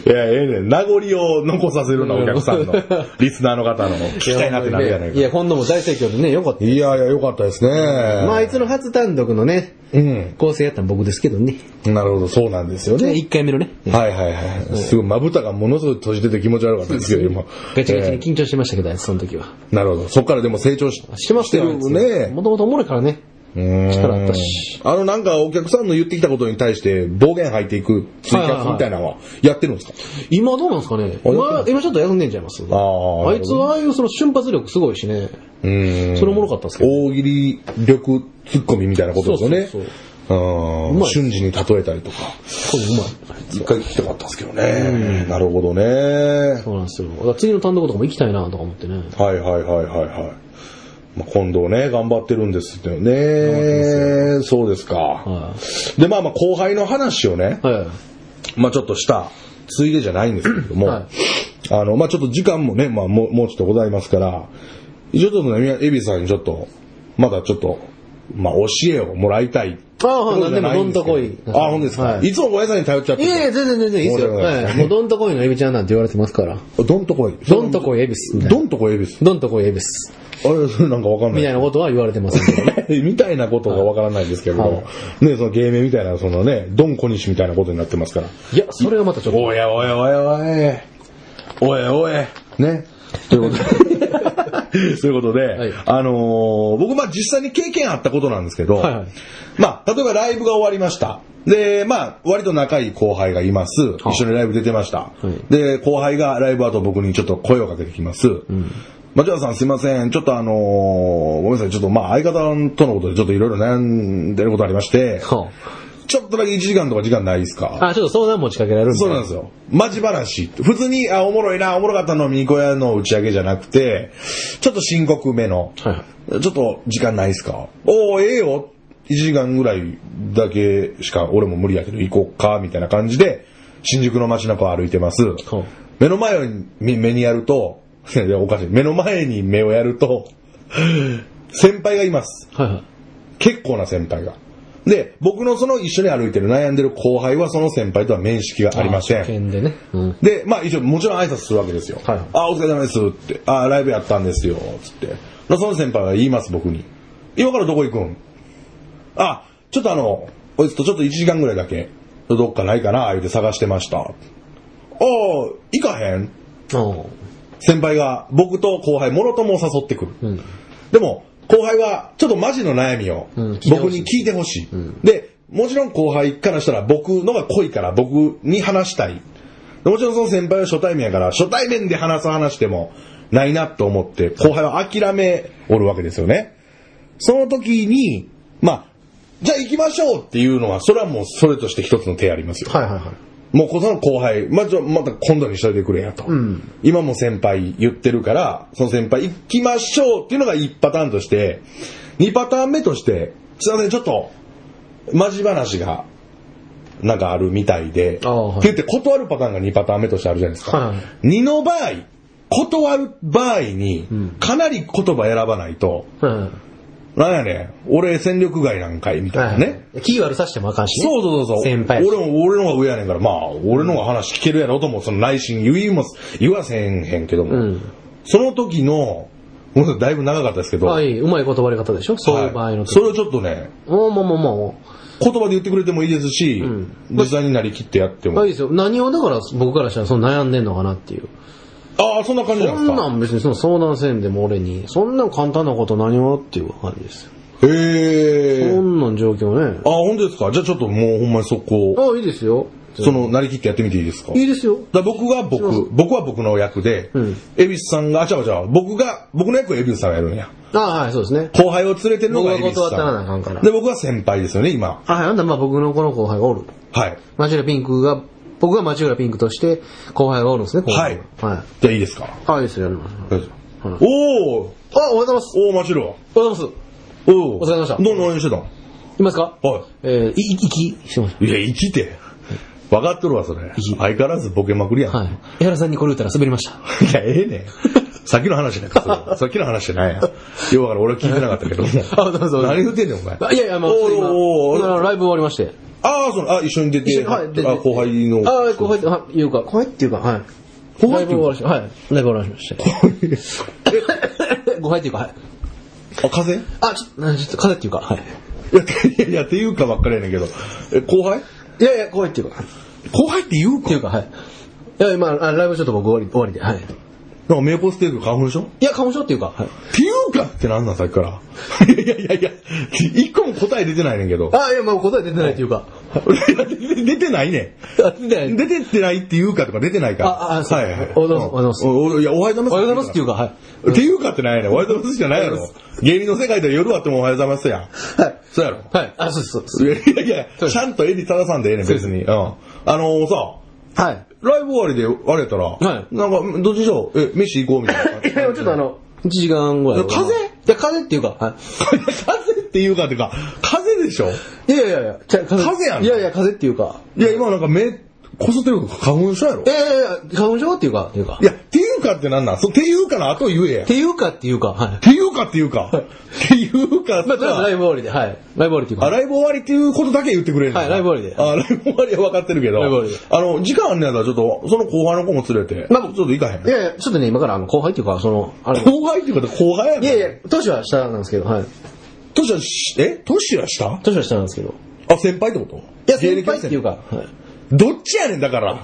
[SPEAKER 2] ええねん。名残を残させるな、お客さんの。 リスナーの方の。聞きたいなってなるやないか。
[SPEAKER 3] いや、今度も大盛況でね、よかった。
[SPEAKER 2] いやいや、よかったですね。
[SPEAKER 3] まあ、あいつの初単独のね、
[SPEAKER 2] うん。
[SPEAKER 3] 構成やったの僕ですけどね。
[SPEAKER 2] なるほど、そうなんですよ
[SPEAKER 3] で、
[SPEAKER 2] ね。
[SPEAKER 3] 1回目のね、
[SPEAKER 2] はいはいはい。すごい、まぶたがものすごい閉じてて気持ち悪かったですけど、今。
[SPEAKER 3] ガチガチ
[SPEAKER 2] え
[SPEAKER 3] に緊張してましたけど、あいつその時は。
[SPEAKER 2] えなるほど。そっからでも成長し
[SPEAKER 3] してましたよ、
[SPEAKER 2] してるね。
[SPEAKER 3] もともとおもろいからね。力あったし
[SPEAKER 2] うんあの、なんかお客さんの言ってきたことに対して暴言吐いていくツイキャスみたいなのはやってるんですか
[SPEAKER 3] 今どうなんですかね
[SPEAKER 2] あやってな
[SPEAKER 3] 今、今ちょっと休んでんちゃいます
[SPEAKER 2] あー
[SPEAKER 3] あいつはああいうその瞬発力すごいしね。
[SPEAKER 2] うん
[SPEAKER 3] それおもろかったですけど。
[SPEAKER 2] 大喜利力ツッコミみたいなことですよね
[SPEAKER 3] そうそう。
[SPEAKER 2] う
[SPEAKER 3] うんまい
[SPEAKER 2] 瞬時に例えたりとか。
[SPEAKER 3] そう、うまい。
[SPEAKER 2] 一回聞きたかったですけどね。なるほどね。
[SPEAKER 3] そうなんですよ。だから次の単独とかも行きたいなとか思ってね。
[SPEAKER 2] はいはいはいはいはい。まあ、今度ね、頑張ってるんですよね。そうですか。
[SPEAKER 3] は
[SPEAKER 2] で、まあまあ後輩の話をね
[SPEAKER 3] い。、は
[SPEAKER 2] まあちょっとしたついでじゃないんですけれども、
[SPEAKER 3] はい
[SPEAKER 2] あの、まあちょっと時間もね、まあもうもうちょっとございますから、ちょっとね、エビさんにちょっと、まだちょっと、まあ教えをもらいたい。
[SPEAKER 3] ああはい
[SPEAKER 2] ってことじゃないですけど
[SPEAKER 3] なんでもどんと来い
[SPEAKER 2] あ、ほんですか。、
[SPEAKER 3] はいい
[SPEAKER 2] つもご挨拶に頼っちゃっ
[SPEAKER 3] い。
[SPEAKER 2] て
[SPEAKER 3] い
[SPEAKER 2] て。
[SPEAKER 3] やいや、全然全然いいで
[SPEAKER 2] 申
[SPEAKER 3] すよ。
[SPEAKER 2] し訳ない
[SPEAKER 3] は い。もうどんとこいのエビちゃんなんて言われてますから。
[SPEAKER 2] どんとこい。
[SPEAKER 3] どんとこいエビスみたいな
[SPEAKER 2] どんとこいエビス。
[SPEAKER 3] どんとこいエビス。
[SPEAKER 2] あれ、それなんかわかんない。
[SPEAKER 3] みたいなことは言われてますけど
[SPEAKER 2] みたいなことがわからないんですけれども、
[SPEAKER 3] はい
[SPEAKER 2] ね、その芸名みたいな、そのね、ドン小西みたいなことになってますから。
[SPEAKER 3] いや、それはまたちょっと。
[SPEAKER 2] おやおやおやおやおやおやね。ということ で。そういうことで、
[SPEAKER 3] はい
[SPEAKER 2] あのー僕まあ実際に経験あったことなんですけど、
[SPEAKER 3] はいはい
[SPEAKER 2] まあ例えばライブが終わりました。で、まあ割と仲いい後輩がいます。
[SPEAKER 3] あ
[SPEAKER 2] 一緒にライブ出てました。
[SPEAKER 3] い
[SPEAKER 2] で、後輩がライブ後僕にちょっと声をかけてきます。マチュアさんすいません。ちょっとあのーごめんなさい。ちょっとまあ相方とのことでちょっといろいろ悩んでることありまして、
[SPEAKER 3] は
[SPEAKER 2] ちょっとだけ1時間とか時間ないですか
[SPEAKER 3] ああ、ちょっと相談持ちかけられるんで。
[SPEAKER 2] そうなんですよ。マジ話。普通に、あ、おもろいな、おもろかったの、ミニコヤの打ち上げじゃなくて、ちょっと深刻めの、
[SPEAKER 3] はいはい
[SPEAKER 2] ちょっと時間ないですかおおええよ。1時間ぐらいだけしか俺も無理やけど行こうか、みたいな感じで、新宿の街中を歩いてます。
[SPEAKER 3] ほう
[SPEAKER 2] 目の前に目目にやると、 いやいや、おかしい。目の前に目をやると、 先輩がいます。
[SPEAKER 3] はいはい。
[SPEAKER 2] 結構な先輩が。で、僕のその一緒に歩いてる悩んでる後輩はその先輩とは面識がありませ
[SPEAKER 3] あ初
[SPEAKER 2] ん。
[SPEAKER 3] 見でね。うん。
[SPEAKER 2] で、まあ一応もちろん挨拶するわけですよ。
[SPEAKER 3] はい
[SPEAKER 2] あ、お疲れ様ですって。あ、ライブやったんですよ。つって。でその先輩は言います僕に。今からどこ行くんあ、ちょっとあの、こいつとちょっと1時間ぐらいだけ、どっかないかな、言うて探してました。あああ、行かへん
[SPEAKER 3] お
[SPEAKER 2] 先輩が僕と後輩、もろとも誘ってくる。
[SPEAKER 3] うん。
[SPEAKER 2] でも、後輩はちょっとマジの悩みを
[SPEAKER 3] うん聞いてほしい
[SPEAKER 2] 僕に聞いてほしい。で、もちろん後輩からしたら僕のが濃いから僕に話したい。でもちろんその先輩は初対面やから、初対面で話す話でもないなと思って、後輩は諦めおるわけですよね。その時に、まあ、じゃあ行きましょうっていうのは、それはもうそれとして一つの手ありますよ。
[SPEAKER 3] はいはいはい。
[SPEAKER 2] もうこその後輩、まあ、じゃあまた今度にしといてくれやと。
[SPEAKER 3] ん
[SPEAKER 2] 今も先輩言ってるから、その先輩行きましょうっていうのが1パターンとして、2パターン目として、すいません、ちょっと、マジ話が、なんかあるみたいで、
[SPEAKER 3] ああはい
[SPEAKER 2] って言って断るパターンが2パターン目としてあるじゃないですか。
[SPEAKER 3] はいはい
[SPEAKER 2] 2の場合、断る場合に、かなり言葉選ばないと、
[SPEAKER 3] うん。
[SPEAKER 2] なんやねん、俺戦力外なんかい、みたいなね。
[SPEAKER 3] はい。キー悪さしてもあかんしね。
[SPEAKER 2] そうそうそうそう。
[SPEAKER 3] 先輩やし
[SPEAKER 2] 俺も、俺の方が上やねんから、まあ、俺の方が話聞けるやろとも、その内心言いもす、言わせんへんけども。
[SPEAKER 3] うん。
[SPEAKER 2] その時の、ごめんなさいだいぶ長かったですけど。
[SPEAKER 3] ああいい、うまい言葉り方でしょそういう場合
[SPEAKER 2] は
[SPEAKER 3] の
[SPEAKER 2] いそ
[SPEAKER 3] 時。
[SPEAKER 2] れをちょっとね、
[SPEAKER 3] もうもうもうも
[SPEAKER 2] 言葉で言ってくれてもいいですし、
[SPEAKER 3] ん
[SPEAKER 2] 実際になりきってやって
[SPEAKER 3] う。ま
[SPEAKER 2] も。
[SPEAKER 3] あいいですよ。何をだから僕からしたらその悩んでんのかなっていう。
[SPEAKER 2] ああ、そんな感じなん
[SPEAKER 3] そ
[SPEAKER 2] です
[SPEAKER 3] ん
[SPEAKER 2] か。
[SPEAKER 3] なん別にその相談せんでも俺に、そんなん簡単なこと何をっていう感じですよ。
[SPEAKER 2] へえ。
[SPEAKER 3] そ
[SPEAKER 2] あ
[SPEAKER 3] んなん状況ね。
[SPEAKER 2] あ、本当ですか。じゃあちょっともうほんまにそこ、
[SPEAKER 3] ああ、いいですよ。
[SPEAKER 2] その、なりきってやってみていいですか
[SPEAKER 3] いいですよ。
[SPEAKER 2] だから僕が
[SPEAKER 3] そ
[SPEAKER 2] 僕、僕は僕の役で
[SPEAKER 3] うん、
[SPEAKER 2] エビスさんが、あ、ちゃうちゃう、僕が、僕の役はエビスさんがやるんや。
[SPEAKER 3] ああ、はい、そうですね。
[SPEAKER 2] 後輩を連れてるの
[SPEAKER 3] 僕
[SPEAKER 2] が
[SPEAKER 3] が
[SPEAKER 2] エビス
[SPEAKER 3] 断ったら
[SPEAKER 2] さ
[SPEAKER 3] なあかんから
[SPEAKER 2] ん。で、。僕は先輩ですよね、今。
[SPEAKER 3] あ、はい、あんた、まあ僕のこの後輩がおる。
[SPEAKER 2] はい。
[SPEAKER 3] 町浦ピンクが、僕が町浦ピンクとして後輩がおるんですね、後輩がはい。
[SPEAKER 2] じゃあいいですか。
[SPEAKER 3] ああ、いいですよ、やります。あ、
[SPEAKER 2] おおー
[SPEAKER 3] おはようございます。
[SPEAKER 2] おー、マチロ。
[SPEAKER 3] おはようございま
[SPEAKER 2] おお
[SPEAKER 3] お疲れ様でした
[SPEAKER 2] どんな応援してたの
[SPEAKER 3] す。いますか
[SPEAKER 2] は
[SPEAKER 3] えー、い、い、き、してまし
[SPEAKER 2] い。いや、生きて。分かっとるわ、それ。相変わらずボケまくりやん。
[SPEAKER 3] た。はい。江原さんにこれ打ったら滑りました。
[SPEAKER 2] いや、ええねん。さっきの話やねんか、 さっきの話じゃないやん。ようから俺は聞いてなかったけども。
[SPEAKER 3] あどうぞどうぞ
[SPEAKER 2] 何言ってんねん、お前。
[SPEAKER 3] あ いやいや、まあ、
[SPEAKER 2] おー
[SPEAKER 3] 普通に今
[SPEAKER 2] おーおー
[SPEAKER 3] あのライブ終わりまして。
[SPEAKER 2] ああ、その、あ、一緒に出
[SPEAKER 3] 一緒
[SPEAKER 2] て、
[SPEAKER 3] にはい出て
[SPEAKER 2] あ後輩の。
[SPEAKER 3] ああ、後輩って、はい、言うか。後輩っていうか、はい。
[SPEAKER 2] 後
[SPEAKER 3] ラ
[SPEAKER 2] 輩っ
[SPEAKER 3] イブ
[SPEAKER 2] て
[SPEAKER 3] 終
[SPEAKER 2] いう
[SPEAKER 3] わりまして。はい。ライブ終わりま して。後輩っていうか、はい。
[SPEAKER 2] あ、風い
[SPEAKER 3] あ、ちょっと、なちょっと、風っていうか、はい。
[SPEAKER 2] やいや、いや、っていうかばっかりやねんけど。え、後輩
[SPEAKER 3] いやいや、後輩っていうか、はい
[SPEAKER 2] 後輩って言う
[SPEAKER 3] ってい
[SPEAKER 2] か
[SPEAKER 3] うか、はい。いや、今、あライブちょっと僕終わり、終わりで、はい。
[SPEAKER 2] なんかメイプルステーク花粉症
[SPEAKER 3] いや、かもしょっていうか、はい。
[SPEAKER 2] っていうかってなんなんさっきから。いやいやいやいや、一個も答え出てないねんけど。
[SPEAKER 3] あ、いや、まあ答え出てないっていうか。
[SPEAKER 2] いや出出てないね
[SPEAKER 3] あ出てない
[SPEAKER 2] ん。出てってないっていうかとか出てないから。
[SPEAKER 3] ああそう
[SPEAKER 2] はいはい。
[SPEAKER 3] おはようございます
[SPEAKER 2] んおいや、おはようございう
[SPEAKER 3] おはよござい
[SPEAKER 2] ま
[SPEAKER 3] ますすっていうか、はい。
[SPEAKER 2] っていうかってないやねん。おはようございますじゃないや
[SPEAKER 3] おはよ
[SPEAKER 2] ろ。芸人の世界では夜はってもおはようございますやん。
[SPEAKER 3] はい。
[SPEAKER 2] そうやろ。
[SPEAKER 3] はい。あ、そうです、そうです。
[SPEAKER 2] いやいやい
[SPEAKER 3] そ
[SPEAKER 2] や、
[SPEAKER 3] うです
[SPEAKER 2] ちゃんとエリ正さんでええねん、別に。うん。あのーさ、
[SPEAKER 3] はい。
[SPEAKER 2] ライブ終わりであれやったら、はいなんか、どっちにしよう、え、飯行こうみたいな感じ。
[SPEAKER 3] いや、ちょっとあの、1時間ぐらい。
[SPEAKER 2] 風
[SPEAKER 3] いや、風っていうか、はい。
[SPEAKER 2] 風っていうかっていうか、風でしょ
[SPEAKER 3] いやいやいや、ちゃ風
[SPEAKER 2] 風やん
[SPEAKER 3] いやいや、風っていうか。
[SPEAKER 2] いや、今なんか目、こすってる花粉症やろ
[SPEAKER 3] いやいやいや、花粉症っていうか、っていうか。
[SPEAKER 2] いや、っていうかってなんなんそう、っていうかの後言えや。
[SPEAKER 3] っ
[SPEAKER 2] って
[SPEAKER 3] ていうかっていうか、はい。
[SPEAKER 2] ていうかっていうか。っていうかさ
[SPEAKER 3] まあ、とりあえずライブ終わりで、はい。ライブ終わりっていう
[SPEAKER 2] あ、
[SPEAKER 3] か。
[SPEAKER 2] ライブ終わりっていうことだけ言ってくれるの
[SPEAKER 3] はいライブ終わりで
[SPEAKER 2] あ、ライブ終わりは分かってるけど。
[SPEAKER 3] ライブ終わり
[SPEAKER 2] あの、時間あんねやったらちょっと、その後輩の子も連れて。
[SPEAKER 3] まあ
[SPEAKER 2] ちょっと行かへん
[SPEAKER 3] い。やいや、ちょっとね、今からあの、後輩っていうか、その、あれ。
[SPEAKER 2] 後輩っていうことは後輩や
[SPEAKER 3] い
[SPEAKER 2] ね
[SPEAKER 3] や
[SPEAKER 2] ん
[SPEAKER 3] いや、年は下なんですけど、はい。
[SPEAKER 2] 年はし、え年は下
[SPEAKER 3] 年は下なんですけど。
[SPEAKER 2] あ、先輩ってこと
[SPEAKER 3] いや、
[SPEAKER 2] 芸
[SPEAKER 3] 先
[SPEAKER 2] 歴は
[SPEAKER 3] 輩っていうか、はい。
[SPEAKER 2] どっちやねん、だから。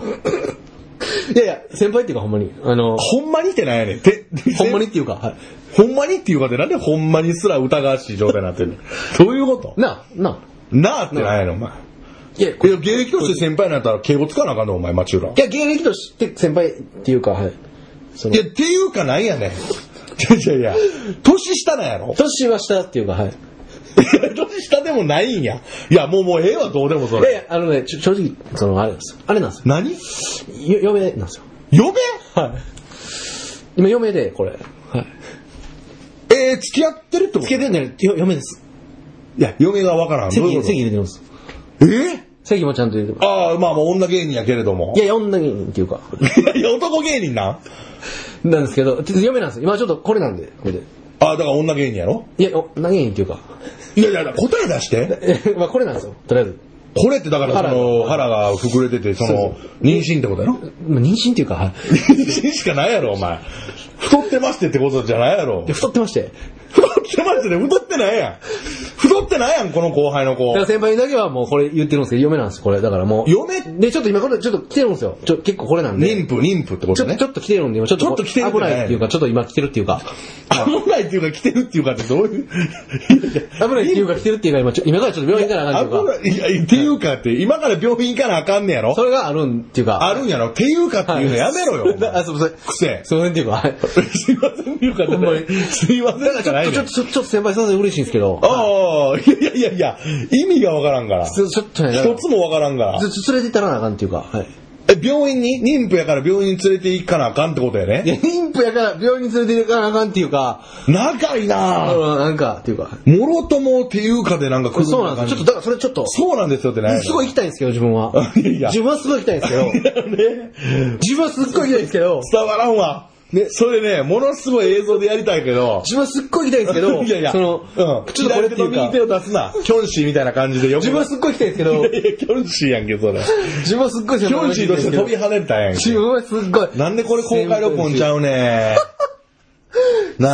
[SPEAKER 3] いやいや、先輩っていうか、ほんまに。あの、
[SPEAKER 2] ほんまにってなんやねん。て、
[SPEAKER 3] ほんまにっていうか、はい。
[SPEAKER 2] ほんまにっていうかってなんでほんまにすら疑わしい状態になってんの どういうこと
[SPEAKER 3] なあ、なあ。
[SPEAKER 2] なあってなんやねん、お前。
[SPEAKER 3] いや、
[SPEAKER 2] いや、芸歴として先輩になったら敬語つかなあかんの、お前、町浦。い
[SPEAKER 3] いや、現役として先輩っていうか、はい。その
[SPEAKER 2] や、、っていうかなんやねん。いやいやいや、年下なんやろ
[SPEAKER 3] 年は下っていうか、はい。い
[SPEAKER 2] いや年下でもないんや。いや、もうもうええわ、どうでもそ
[SPEAKER 3] やい
[SPEAKER 2] れ。
[SPEAKER 3] や、あのね、ちょ正直、その、あれなんですよ。あれなんです
[SPEAKER 2] 何
[SPEAKER 3] よ。よ嫁なんですよ。
[SPEAKER 2] 嫁
[SPEAKER 3] はい。今、嫁で、これ。はい。
[SPEAKER 2] えー、付き合ってるってこ
[SPEAKER 3] つ
[SPEAKER 2] とい
[SPEAKER 3] けてんねよ嫁です。
[SPEAKER 2] や、嫁がわからん。どういう
[SPEAKER 3] 席、
[SPEAKER 2] こと
[SPEAKER 3] 席入れてます。
[SPEAKER 2] えー
[SPEAKER 3] 席もちゃんと入れてま
[SPEAKER 2] ああ、まあまあ女芸人やけれども
[SPEAKER 3] す。い。やいや、女芸人っていうか、
[SPEAKER 2] いやいや、男芸人なん
[SPEAKER 3] なんですけど、ちょ嫁なんですよ。今ちょっとこれなんで、これで。
[SPEAKER 2] ああ、だから女芸人やろ
[SPEAKER 3] いや、女芸人っていうか、
[SPEAKER 2] いやいや、答え出して。
[SPEAKER 3] えまあこれなんですよ、とりあえず。
[SPEAKER 2] これってだから、そ
[SPEAKER 3] 腹が
[SPEAKER 2] の、腹が膨れてて、その、妊娠ってことやろ
[SPEAKER 3] まあ妊娠っていうか、はい。
[SPEAKER 2] 妊娠しかないやろ、お前。太ってましてってことじゃないやろ
[SPEAKER 3] で、。太ってまして。
[SPEAKER 2] 太ってましてね、太ってないやん。太戻ってないやん、この後輩の子
[SPEAKER 3] だか。ら先輩だけはもうこれ言ってるんですけど、嫁なんです、これ。だからもう。
[SPEAKER 2] 嫁
[SPEAKER 3] で、ちょっと今これ、ちょっと来てるんですよ。ちょ、結構これなんで。
[SPEAKER 2] 妊婦、妊婦ってこ
[SPEAKER 3] ち
[SPEAKER 2] と
[SPEAKER 3] ょっと、
[SPEAKER 2] ね
[SPEAKER 3] ち。ょっと来てるんで、今ちょっと。
[SPEAKER 2] ちょっと来てるって
[SPEAKER 3] 危ないっていうか、ちょっと今来てるっていうか。
[SPEAKER 2] 危ないっていうか来てるっていうかってどういう。
[SPEAKER 3] 危ないっていうか来てるっていうか、今ちょ、今からちょっと病院行かなあかんっていうか。
[SPEAKER 2] 危ないいやっていうかって、今から病院行かなあかんねやろ
[SPEAKER 3] それがあるんっていうか。
[SPEAKER 2] あるんやろっていうかっていうのやめろよ。
[SPEAKER 3] あ、すいません。
[SPEAKER 2] 癖。
[SPEAKER 3] すいませんっていうか。はい
[SPEAKER 2] すいませんっていうかって、すいませんじゃないね
[SPEAKER 3] ちょっと、ちょっとちょっと先輩させて嬉しいんですけど。
[SPEAKER 2] ああ、いやいやいや、意味がわからんから。
[SPEAKER 3] ちょちょっとね、
[SPEAKER 2] 一つもわからんから。
[SPEAKER 3] つ連れて行ったらなあかんっていうか。はい。
[SPEAKER 2] え、病院に妊婦やから病院に連れて行かなあかんってことや
[SPEAKER 3] いや、
[SPEAKER 2] ね。
[SPEAKER 3] 妊婦やから病院に連れて行かなあかんっていうか、
[SPEAKER 2] 長い
[SPEAKER 3] うん、
[SPEAKER 2] なぁ。
[SPEAKER 3] なんか、っていうか。
[SPEAKER 2] もろともっていうかでなんか来る
[SPEAKER 3] そうなんですよ。ちょっと、だからそれちょっと、
[SPEAKER 2] そうなんですよってね。
[SPEAKER 3] すごい行きたいんですけど、自分は。
[SPEAKER 2] いや
[SPEAKER 3] 自分はすごい行きたいんですけど。
[SPEAKER 2] ね。
[SPEAKER 3] 自分はすっごい行きたいんですけど、
[SPEAKER 2] 伝わらんわ。ね、それね、ものすごい映像でやりたいけど。
[SPEAKER 3] 自分はすっごい行きたいんですけど、
[SPEAKER 2] いやいや、
[SPEAKER 3] そ
[SPEAKER 2] う
[SPEAKER 3] の、
[SPEAKER 2] ん、
[SPEAKER 3] ちょっとこれってい
[SPEAKER 2] 左
[SPEAKER 3] うか
[SPEAKER 2] 手、と右手を出すな。キョンシーみたいな感じでよく。
[SPEAKER 3] 自分はすっごい行きたいんですけど
[SPEAKER 2] い、やいや、キョンシーやんけ、それ。
[SPEAKER 3] 自分はすっごい
[SPEAKER 2] キョンシーとして飛び
[SPEAKER 3] 自
[SPEAKER 2] 跳ねたやんけ。
[SPEAKER 3] 分はすっごい。
[SPEAKER 2] なんでこれ公開録音ちゃうねな
[SPEAKER 3] すっ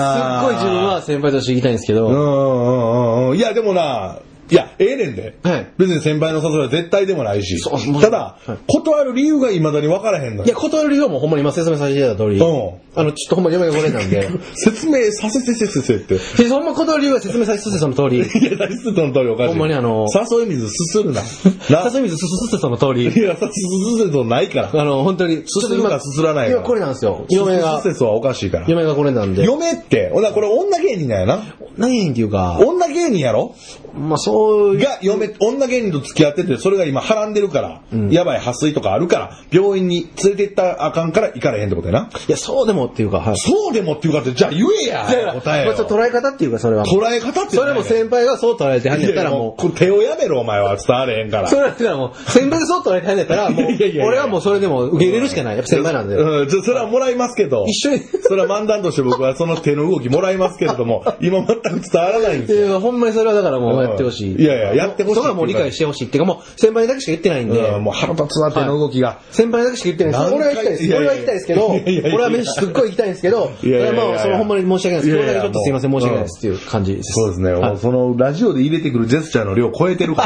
[SPEAKER 2] あ。
[SPEAKER 3] ごい自分は先輩として行きたいんですけ
[SPEAKER 2] うん
[SPEAKER 3] ど、
[SPEAKER 2] うんうんうん。いや、でもな、いや、ええねんで。
[SPEAKER 3] はい
[SPEAKER 2] 別に先輩の誘いは絶対でもないし。
[SPEAKER 3] そうもう
[SPEAKER 2] ただ、
[SPEAKER 3] はい
[SPEAKER 2] 断る理由が未だに分からへんの
[SPEAKER 3] いや、
[SPEAKER 2] よ。
[SPEAKER 3] 断る理由はもうほんまに今説明させていただいた通り、あ
[SPEAKER 2] うん
[SPEAKER 3] の、ちょっとほんまに嫁がこれなんで、
[SPEAKER 2] 説明させてせせせって。
[SPEAKER 3] でほんま断る理由は説明させていただいた通り、
[SPEAKER 2] いや、大スーの通りおかしい。
[SPEAKER 3] ほんまにあの
[SPEAKER 2] 誘い水すするな。な。
[SPEAKER 3] 笹水すすすせその通り
[SPEAKER 2] い、や、すすせそないから。
[SPEAKER 3] あの、本当に、
[SPEAKER 2] すするかすすらないか
[SPEAKER 3] 今これなんですよ。嫁
[SPEAKER 2] 嫁
[SPEAKER 3] が
[SPEAKER 2] が。す、すせそはおかしいから。
[SPEAKER 3] 嫁がこれなんで。
[SPEAKER 2] 嫁って、ほな、これ女芸人なんやな。
[SPEAKER 3] 何っていうか、
[SPEAKER 2] 女芸人やろ
[SPEAKER 3] まあそういう、
[SPEAKER 2] が嫁、女芸人と付き合ってて、それが今、はらんでるから、やばい破水とかあるから、病院に連れて行ったらあかんから行かれへんってことやな。
[SPEAKER 3] いや、そうでもっていうか、はい。
[SPEAKER 2] そうでもっていうかって、じゃあ言えや答えよ
[SPEAKER 3] まあちょっと捉え方っていうか、それは。
[SPEAKER 2] 捉え方って
[SPEAKER 3] それも
[SPEAKER 2] せん
[SPEAKER 3] 先輩がそう捉えてはんねやったらもう、
[SPEAKER 2] う、手をやめろ、お前は。伝われへんから。
[SPEAKER 3] それだったらもう、先輩がそう捉えてはんねやったら、もう
[SPEAKER 2] いやいやいやいや、
[SPEAKER 3] 俺はもうそれでも受け入れるしかない。やっぱ先輩なんで。
[SPEAKER 2] うん、ちょ、それはもらいますけど。
[SPEAKER 3] 一緒に。
[SPEAKER 2] それは漫談として僕はその手の動きもらいますけれど も、今全く伝わらないんです
[SPEAKER 3] い
[SPEAKER 2] よ。
[SPEAKER 3] やいや、ほんまにそれはだからもうやってほしい。
[SPEAKER 2] うんいやいややってほしい
[SPEAKER 3] そこはもう理解してほしいっていうか、もう先輩だけしか言ってないんで。
[SPEAKER 2] うん、もう腹立つな、手の動きが。
[SPEAKER 3] 先輩だけしか言ってないです。俺は行きたいです。俺は行きたいですけど、俺は飯すっごい行きたいんですけど、まあ、そのほんまに申し訳ないです。これだけちょっとすいません、申し訳ないですっていう感じです。
[SPEAKER 2] そうですね。もうそのラジオで入れてくるジェスチャーの量超えてるか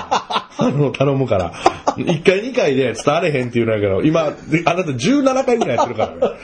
[SPEAKER 2] ら。あの、頼むから。1回2回で伝われへんっていうのやけど、今、あなた17回ぐらいやってるからね。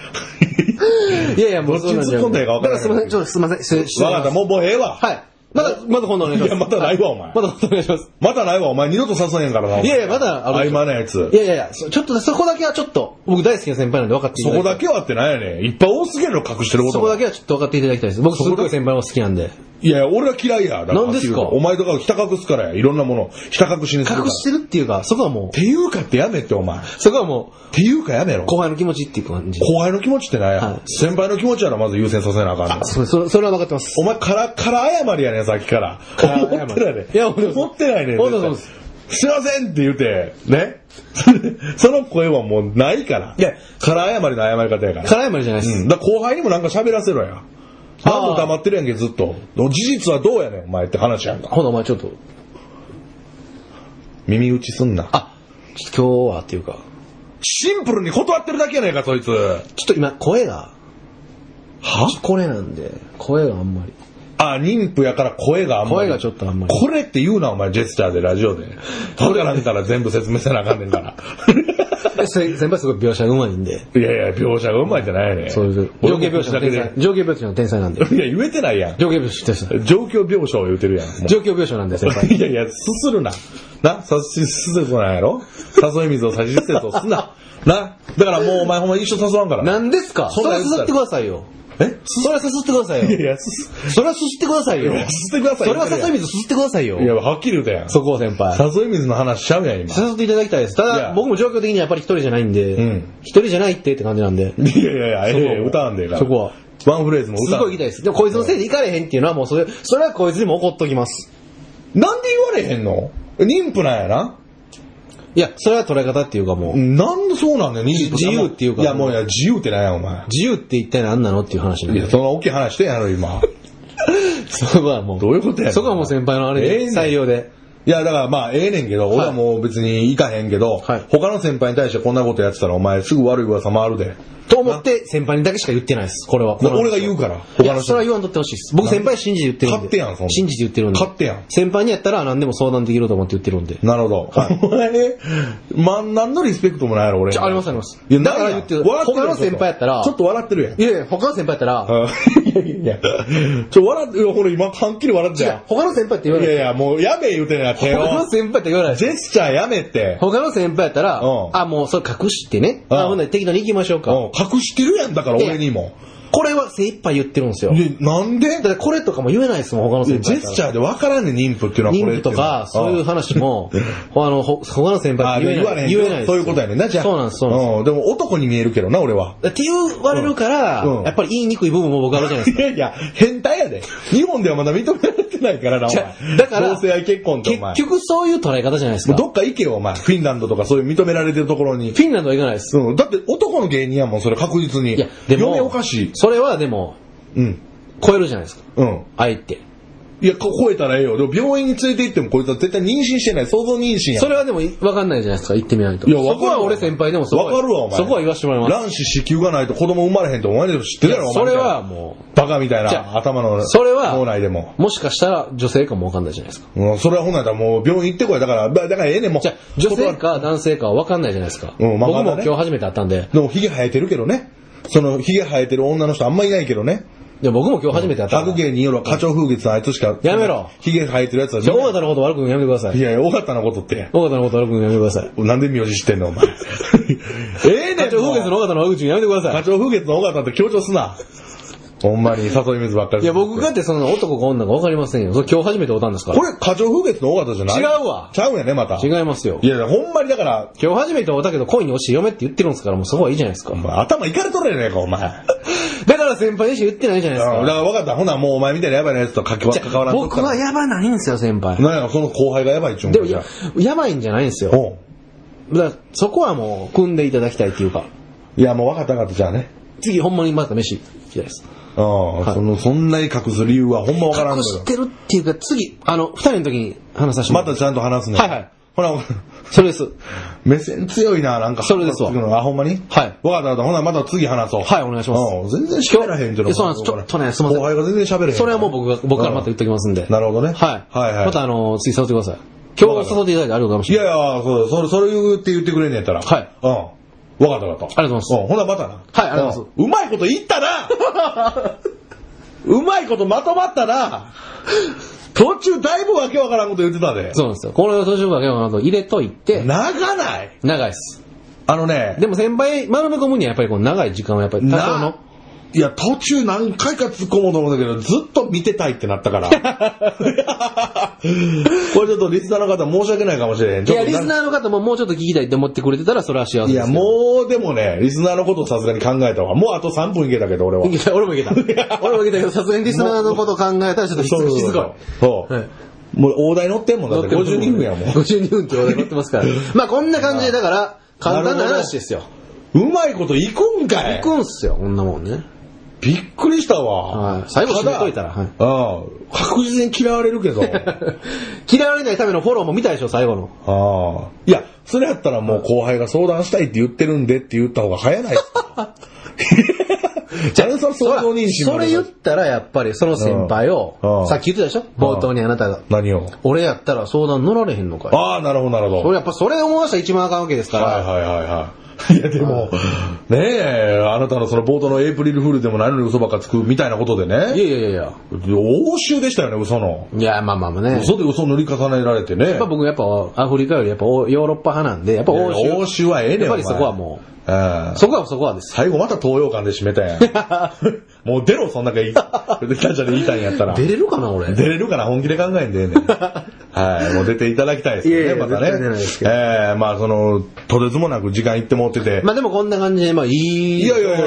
[SPEAKER 3] いやいや、もう
[SPEAKER 2] どっちに突っ込んだらいいか分からない
[SPEAKER 3] だからすいません、ちょっとすいません、失礼し
[SPEAKER 2] わかった、もうもうええわ。
[SPEAKER 3] はい。まだ、まだ今度お願いし
[SPEAKER 2] い
[SPEAKER 3] ます。
[SPEAKER 2] や、またないわ、お前
[SPEAKER 3] ま。だ今度お願いします。
[SPEAKER 2] またないわ、お前二度と誘えへんからな。
[SPEAKER 3] いやいや、まだ、
[SPEAKER 2] 合間のやつ
[SPEAKER 3] い。やいやいや、そちょっと、そこだけはちょっと、僕大好きな先輩なんで分かってい
[SPEAKER 2] そ
[SPEAKER 3] ただ
[SPEAKER 2] こ
[SPEAKER 3] きたい
[SPEAKER 2] だけはってなんやねん。いっぱい多すぎるの隠してること
[SPEAKER 3] そ
[SPEAKER 2] が
[SPEAKER 3] こだけはちょっと分かっていただきたいです。僕すっごい先輩も好きなんで。
[SPEAKER 2] いやいや、俺は嫌いや。だら
[SPEAKER 3] なんですか
[SPEAKER 2] お前とかをひた隠すからや。いろんなものをひた隠しにするから。
[SPEAKER 3] 隠してるっていうか、そこはも
[SPEAKER 2] ていうかってやめって、お前。っ
[SPEAKER 3] う、そこはも
[SPEAKER 2] ていうかやめろ
[SPEAKER 3] う、。後輩の気持ちっていう感じ。
[SPEAKER 2] 後輩の気持ちってなんや、
[SPEAKER 3] はい
[SPEAKER 2] 先輩の気持ちやろ、まず優先させなあかんの。
[SPEAKER 3] そうそれそれは分かってます。
[SPEAKER 2] お前、から、から謝りやねん、さっきから。
[SPEAKER 3] から謝り
[SPEAKER 2] 思って ないね。
[SPEAKER 3] いや思ってます
[SPEAKER 2] 思ってないねん。
[SPEAKER 3] 思ってます
[SPEAKER 2] 絶対すいませんって言うて、ね。 それその声はもうないから。
[SPEAKER 3] いや
[SPEAKER 2] から謝りの謝り方やから。
[SPEAKER 3] 辛いまでじゃないです。
[SPEAKER 2] うん。だから後輩にもなんか喋らせろや。なんも黙ってるやんけ、ずっと。事実はどうやねん、お前って話やんか。
[SPEAKER 3] ほな、お前ちょっと、
[SPEAKER 2] 耳打ちすんな。
[SPEAKER 3] あ、ちょっと今日はっていうか、
[SPEAKER 2] シンプルに断ってるだけやねんか、そいつ。
[SPEAKER 3] ちょっと今、声が、
[SPEAKER 2] は
[SPEAKER 3] これなんで、声があんまり。
[SPEAKER 2] あ、妊婦やから声があんまり。
[SPEAKER 3] 声がちょっとあんまり
[SPEAKER 2] これって言うな、お前、ジェスチャーで、ラジオで。わからんから全部説明せなあかんねんから。
[SPEAKER 3] え せ先輩すごい描写がうまいんで、
[SPEAKER 2] いやいや、描写がうまいじゃないね。
[SPEAKER 3] そういう、
[SPEAKER 2] 俺
[SPEAKER 3] 情
[SPEAKER 2] も
[SPEAKER 3] 景描写
[SPEAKER 2] だ
[SPEAKER 3] の
[SPEAKER 2] け
[SPEAKER 3] 天
[SPEAKER 2] で
[SPEAKER 3] 才。、情景描写の天才なんで。
[SPEAKER 2] いや、言えてないやん。
[SPEAKER 3] 情景描写です。
[SPEAKER 2] 状況描写を言うてるやん。もう
[SPEAKER 3] 状況描写なんで、先輩。
[SPEAKER 2] いやいや、すするな。な、さしすせそなんやろ誘い水をさしすせそすな。な、だからもうお前ほんま一生誘わんから。
[SPEAKER 3] なんですか
[SPEAKER 2] そ
[SPEAKER 3] そ
[SPEAKER 2] んなや
[SPEAKER 3] れは
[SPEAKER 2] つ
[SPEAKER 3] すすってくださいよ。
[SPEAKER 2] え
[SPEAKER 3] それはすすってください
[SPEAKER 2] いやい
[SPEAKER 3] よ。
[SPEAKER 2] や、すす、
[SPEAKER 3] それはすすってくださいよ
[SPEAKER 2] い。やすすってください
[SPEAKER 3] それはさす水すすってくださいよ
[SPEAKER 2] い。や、はっきり言うたやん。
[SPEAKER 3] そこを先輩。
[SPEAKER 2] 誘い水の話しちゃうやん、今。
[SPEAKER 3] 誘っていただきたいです。た
[SPEAKER 2] いや
[SPEAKER 3] だ、僕も状況的にはやっぱり一人じゃないんで
[SPEAKER 2] うん、
[SPEAKER 3] 一人じゃないってって感じなんで。
[SPEAKER 2] いやいやいや、ええ
[SPEAKER 3] そこは
[SPEAKER 2] 歌わんでええから。
[SPEAKER 3] そこは。
[SPEAKER 2] ワンフレーズも
[SPEAKER 3] す
[SPEAKER 2] 歌わん
[SPEAKER 3] ごい行きたいです。でもこいつのせいで行かれへんっていうのはもうそれ、それはこいつにも怒っときます。
[SPEAKER 2] なんで言われへんの妊婦なんやな。
[SPEAKER 3] いや、それは捉え方っていうかもう、
[SPEAKER 2] なんでそうなんだよ、妊婦
[SPEAKER 3] 自由っていうか
[SPEAKER 2] いや、もういや、自由ってなんや、お前。
[SPEAKER 3] 自由って一体何なのっていう話なん
[SPEAKER 2] い
[SPEAKER 3] で
[SPEAKER 2] や、。そんな大きい話してんやろ、今。
[SPEAKER 3] そこはもう、
[SPEAKER 2] どういうことやねん
[SPEAKER 3] そこはもう先輩のあれ
[SPEAKER 2] ええ
[SPEAKER 3] で、
[SPEAKER 2] ねん
[SPEAKER 3] 裁量で。
[SPEAKER 2] いや、だからまあ、ええねんけど、俺はもう別に行かへんけど、
[SPEAKER 3] はい
[SPEAKER 2] 他の先輩に対してこんなことやってたら、お前すぐ悪い噂回るで。
[SPEAKER 3] と思って、先輩にだけしか言ってないです。これは。
[SPEAKER 2] な俺が言うから
[SPEAKER 3] い
[SPEAKER 2] 他の
[SPEAKER 3] や、
[SPEAKER 2] 人
[SPEAKER 3] それは言わんとってほしいです。僕先輩信じて言ってるんで。
[SPEAKER 2] 勝手やんそんなん
[SPEAKER 3] 信じて言ってるんで。
[SPEAKER 2] 勝手やん
[SPEAKER 3] 先輩にやったら何でも相談できると思って言ってるんで。
[SPEAKER 2] なるほど。お前ね、ま、何のリスペクトもないやろ、俺。
[SPEAKER 3] ちょありますあります
[SPEAKER 2] いや、だ
[SPEAKER 3] だ
[SPEAKER 2] か
[SPEAKER 3] からら
[SPEAKER 2] 言
[SPEAKER 3] 言
[SPEAKER 2] っ
[SPEAKER 3] っててる他の先輩やったら
[SPEAKER 2] ちょっと笑ってるやん。
[SPEAKER 3] いやいや、他の先輩やったら、
[SPEAKER 2] いやいやいや。 ちょ、笑って、ほら今、はっきり笑ってたや
[SPEAKER 3] 他の先輩って言
[SPEAKER 2] ん。
[SPEAKER 3] わ
[SPEAKER 2] いや
[SPEAKER 3] ないい。
[SPEAKER 2] や、もうやめ言うてんやって
[SPEAKER 3] 他の
[SPEAKER 2] よ。
[SPEAKER 3] 先輩って言わない。
[SPEAKER 2] ジェスチャーやめて。
[SPEAKER 3] 他の先輩やったら
[SPEAKER 2] うん、
[SPEAKER 3] あ、もうそれ隠してね。
[SPEAKER 2] うん
[SPEAKER 3] あ、ほんなら適当に行きましょう
[SPEAKER 2] う
[SPEAKER 3] か。
[SPEAKER 2] ん、隠してるやん、だから俺にも。
[SPEAKER 3] これは精一杯言ってるんですよ。だ
[SPEAKER 2] で、なんで
[SPEAKER 3] からこれとかも言えないですもん、他の
[SPEAKER 2] ジ
[SPEAKER 3] 先
[SPEAKER 2] ェ
[SPEAKER 3] 輩やったら。
[SPEAKER 2] スチャーで分からんねん、妊婦っていうのはこれ
[SPEAKER 3] 妊婦とか、そういう
[SPEAKER 2] 話
[SPEAKER 3] 話も、 あの、ほ他の先
[SPEAKER 2] あ
[SPEAKER 3] 輩
[SPEAKER 2] ー、言
[SPEAKER 3] って言え
[SPEAKER 2] わ
[SPEAKER 3] な
[SPEAKER 2] れへ
[SPEAKER 3] い。
[SPEAKER 2] ん。
[SPEAKER 3] 言えないです
[SPEAKER 2] そういうことやねんな、じゃあ。
[SPEAKER 3] そうなんです、そうなんです。
[SPEAKER 2] うん、でも男に見えるけどな、俺は。
[SPEAKER 3] って言われるから、
[SPEAKER 2] うん
[SPEAKER 3] やっぱり言いにくい部分も僕あるじゃな いです
[SPEAKER 2] いやいや、変態やで。日本ではまだ認められてないからな、お
[SPEAKER 3] じゃ
[SPEAKER 2] 前。
[SPEAKER 3] だから
[SPEAKER 2] 同性愛結婚ってお
[SPEAKER 3] か。
[SPEAKER 2] 前。
[SPEAKER 3] 結局そういう捉え方じゃないです
[SPEAKER 2] もう
[SPEAKER 3] か。
[SPEAKER 2] どっか行けよ、お前。フィンランドとかそういう認められてるところに
[SPEAKER 3] フ。ィンランドは行かないです。
[SPEAKER 2] うん。だって男の芸人やもん、それ確実に。
[SPEAKER 3] いや、でも、
[SPEAKER 2] 嫁おかしい。
[SPEAKER 3] それはでも、
[SPEAKER 2] うん。
[SPEAKER 3] 超えるじゃないですか。
[SPEAKER 2] うん。
[SPEAKER 3] 愛って。
[SPEAKER 2] いや、こ超えたらええよ。でも病院に連れて行ってもこいつは絶対妊娠してない。想像妊娠やん。
[SPEAKER 3] それはでも、わかんないじゃないですか。行ってみないと。
[SPEAKER 2] いや、わかるわ
[SPEAKER 3] そこは俺先輩でもそこは
[SPEAKER 2] わかるわ、お前。
[SPEAKER 3] そこは言わせてもらいます。
[SPEAKER 2] 卵子子宮がないと子供生まれへんとお前でも知ってるやろ、お
[SPEAKER 3] そ
[SPEAKER 2] 前。
[SPEAKER 3] れは。も
[SPEAKER 2] バカみたい
[SPEAKER 3] じゃ
[SPEAKER 2] な
[SPEAKER 3] あ
[SPEAKER 2] 頭の
[SPEAKER 3] う、それは、
[SPEAKER 2] 脳内でも。
[SPEAKER 3] もしかしたら女性かもわかんないじゃないですか。
[SPEAKER 2] うん、それはほんならもう病院行ってこい。だから、だだからええねん、もう。
[SPEAKER 3] じゃあ女
[SPEAKER 2] 断
[SPEAKER 3] 性
[SPEAKER 2] る
[SPEAKER 3] か男性かはわかんないじゃないですか。
[SPEAKER 2] うんまあ
[SPEAKER 3] 僕
[SPEAKER 2] ま
[SPEAKER 3] も
[SPEAKER 2] だね
[SPEAKER 3] 今日初めて会ったんで、
[SPEAKER 2] でも、ヒゲ生えてるけどね。その、ヒゲ生えてる女の人あんまいないけどね。
[SPEAKER 3] いや僕も今日初めて会ったんで
[SPEAKER 2] 学芸による課長風月のあいつしか。
[SPEAKER 3] やめろ
[SPEAKER 2] ヒゲ生えてるやつは。
[SPEAKER 3] じゃあ、尾形のこと悪く言うのやめてくださ
[SPEAKER 2] い
[SPEAKER 3] い。
[SPEAKER 2] やいや、尾形のことって。
[SPEAKER 3] 尾形のこと悪く言うのやめてください。
[SPEAKER 2] なんで名字知ってん の、お前。ええねん
[SPEAKER 3] 課長、風月の尾形の悪口やめてくださ
[SPEAKER 2] 課長風月の尾形って強調すな。ほんまに誘い水ばっかり。
[SPEAKER 3] い。いや、僕がっ。てその男か女か分かりませんよ。それ今日初めておったんですから。
[SPEAKER 2] これ、課長風月の尾形じゃない
[SPEAKER 3] 違うわ
[SPEAKER 2] ちゃうんやね、また。
[SPEAKER 3] 違いますよ
[SPEAKER 2] い。や、ほんまにだから、
[SPEAKER 3] 今日初めておったけど恋に落ちて嫁って言ってるんですから、もうそこはいいじゃないですか。
[SPEAKER 2] お前頭いかれとるやないか、お前。だか
[SPEAKER 3] だから先輩にしか言ってないじゃないです
[SPEAKER 2] ら
[SPEAKER 3] か。
[SPEAKER 2] 分かった。ほな、もうお前みたいなやばいやつと関わ
[SPEAKER 3] じゃあ
[SPEAKER 2] 関わらんとっ
[SPEAKER 3] 僕
[SPEAKER 2] たら
[SPEAKER 3] はやばないんですよ、先輩。
[SPEAKER 2] なんや、その後輩がやばいっちゅうん
[SPEAKER 3] で
[SPEAKER 2] か
[SPEAKER 3] も
[SPEAKER 2] じゃ
[SPEAKER 3] や、やばいんじゃないんで
[SPEAKER 2] あ。
[SPEAKER 3] すよ。
[SPEAKER 2] おう
[SPEAKER 3] だからそこはもう、組んでいただきたいっていうか。
[SPEAKER 2] いや、もう分かった分かった、じゃあね。
[SPEAKER 3] 次、ほんまにまた飯行きたいです。
[SPEAKER 2] うん。その、そんなに隠す理由はほんま分からん
[SPEAKER 3] 隠
[SPEAKER 2] の
[SPEAKER 3] し
[SPEAKER 2] よ。
[SPEAKER 3] てるっていうか、次、あの、二人の時に話させて
[SPEAKER 2] ま
[SPEAKER 3] も
[SPEAKER 2] た
[SPEAKER 3] らっ
[SPEAKER 2] ちゃんと話すね。
[SPEAKER 3] はいはい。
[SPEAKER 2] ほな、
[SPEAKER 3] それです。
[SPEAKER 2] 目線強いな、なんか。
[SPEAKER 3] それですわ
[SPEAKER 2] あ、ほんまにわ
[SPEAKER 3] はい。
[SPEAKER 2] かったわかった。ほな、また次話そう。
[SPEAKER 3] はいお願いします
[SPEAKER 2] うん全然喋らへんけど。
[SPEAKER 3] いやそうなんですちょっとねすいません
[SPEAKER 2] 後輩が全然喋れへん。
[SPEAKER 3] それはもう僕が、僕からまた言っときますんで。
[SPEAKER 2] なるほどね。
[SPEAKER 3] はい。
[SPEAKER 2] はいはい。
[SPEAKER 3] またあの、次誘ってください。今日誘っていただいてありがとうございまし
[SPEAKER 2] いや
[SPEAKER 3] た。
[SPEAKER 2] いや、そうそれ、それ言うって言ってくれんねやったら。
[SPEAKER 3] はい
[SPEAKER 2] うん。わかったわかった。
[SPEAKER 3] ありがとうございます
[SPEAKER 2] んほな、またな。
[SPEAKER 3] はいありがとう
[SPEAKER 2] ございます。うまいこと言ったな うまいことまとまったな途中だいぶわけわからんこと言ってたで。
[SPEAKER 3] そうなんですよ。これを途中まであの入れといて、
[SPEAKER 2] 長ない
[SPEAKER 3] 長いです。
[SPEAKER 2] あのね、
[SPEAKER 3] でも先輩丸め込むにはやっぱりこの長い時間はやっぱり多少
[SPEAKER 2] な
[SPEAKER 3] の。
[SPEAKER 2] いや、途中何回か突っ込もうと思うんだけど、ずっと見てたいってなった から。これちょっとリスナーの方申し訳ないかもしれへん。
[SPEAKER 3] い
[SPEAKER 2] ちょっ
[SPEAKER 3] や、
[SPEAKER 2] と
[SPEAKER 3] リスナーの方ももうちょっと聞きたいって思ってくれてたらそれは幸せです
[SPEAKER 2] い
[SPEAKER 3] けど。
[SPEAKER 2] や、もうでもね、リスナーのことさすがに考えたわ。もうあと3分いけたけど、俺は。
[SPEAKER 3] いや俺も いけた。俺もいけたけど、さすがにリスナーのことを考えたらちょっとしつ
[SPEAKER 2] そうそ
[SPEAKER 3] こ
[SPEAKER 2] う
[SPEAKER 3] い。
[SPEAKER 2] そう
[SPEAKER 3] しつこ
[SPEAKER 2] そう、
[SPEAKER 3] はい
[SPEAKER 2] もう大台乗ってんもん
[SPEAKER 3] い。
[SPEAKER 2] だって52分やもん。
[SPEAKER 3] 52分って俺乗ってま すから。まあこんな感じで、だから、簡単な話ですよ。
[SPEAKER 2] うまいこといくんかい
[SPEAKER 3] 行くんすよ、こんなもんね。
[SPEAKER 2] びっくりしたわ。
[SPEAKER 3] はい最後締めといた ら
[SPEAKER 2] だうん。確実に嫌われる けど。
[SPEAKER 3] 嫌われないためのフォローも見たでしょ、最後の。
[SPEAKER 2] ああ。いや、それやったらもう後輩が相談したいって言ってるんでって言った方が早 ないです かじゃあ、それ相当認識
[SPEAKER 3] それ言ったらやっぱりその先輩
[SPEAKER 2] うんう
[SPEAKER 3] を
[SPEAKER 2] ん、
[SPEAKER 3] さっき言ってたでしょ冒頭にあなたが。
[SPEAKER 2] 何を
[SPEAKER 3] 俺やったら相談乗られへんのかい。
[SPEAKER 2] ああ、なるほど、なるほど。
[SPEAKER 3] 俺やっぱそれ思わせたら一番あかんわけですから。
[SPEAKER 2] はいはいはいはい。 いやで も、ねえ、あなたのその冒頭のエイプリルフールでもないのに嘘ばっかつくみたいなことで
[SPEAKER 3] い、
[SPEAKER 2] ね、
[SPEAKER 3] やいやいや。
[SPEAKER 2] 応酬でしたよね、嘘の。
[SPEAKER 3] いや、まあまあまあね。
[SPEAKER 2] 嘘で嘘塗り重ねられてね。
[SPEAKER 3] やっぱ僕やっぱアフリカよりやっぱヨーロッパ派なんで、やっぱ
[SPEAKER 2] い
[SPEAKER 3] 欧
[SPEAKER 2] や
[SPEAKER 3] 州。
[SPEAKER 2] 欧州はええねん
[SPEAKER 3] やっぱり
[SPEAKER 2] お前
[SPEAKER 3] そこはもう、
[SPEAKER 2] うん
[SPEAKER 3] そこはそこはです。
[SPEAKER 2] 最後また東洋館で締めたやん。 もう出ろ、そんだけ言い、ガチャで言いたいんやったら。
[SPEAKER 3] 出れるかな俺。
[SPEAKER 2] 出れるから本気で考えんでええねん。はい。もう出ていただきたいです
[SPEAKER 3] いや
[SPEAKER 2] よね、
[SPEAKER 3] いや
[SPEAKER 2] またね。
[SPEAKER 3] 絶対出ないですけど
[SPEAKER 2] ええまあその、とてつもなく時間いってもってて。
[SPEAKER 3] まあでもこんな感じで、まあいい。
[SPEAKER 2] いやいやいや、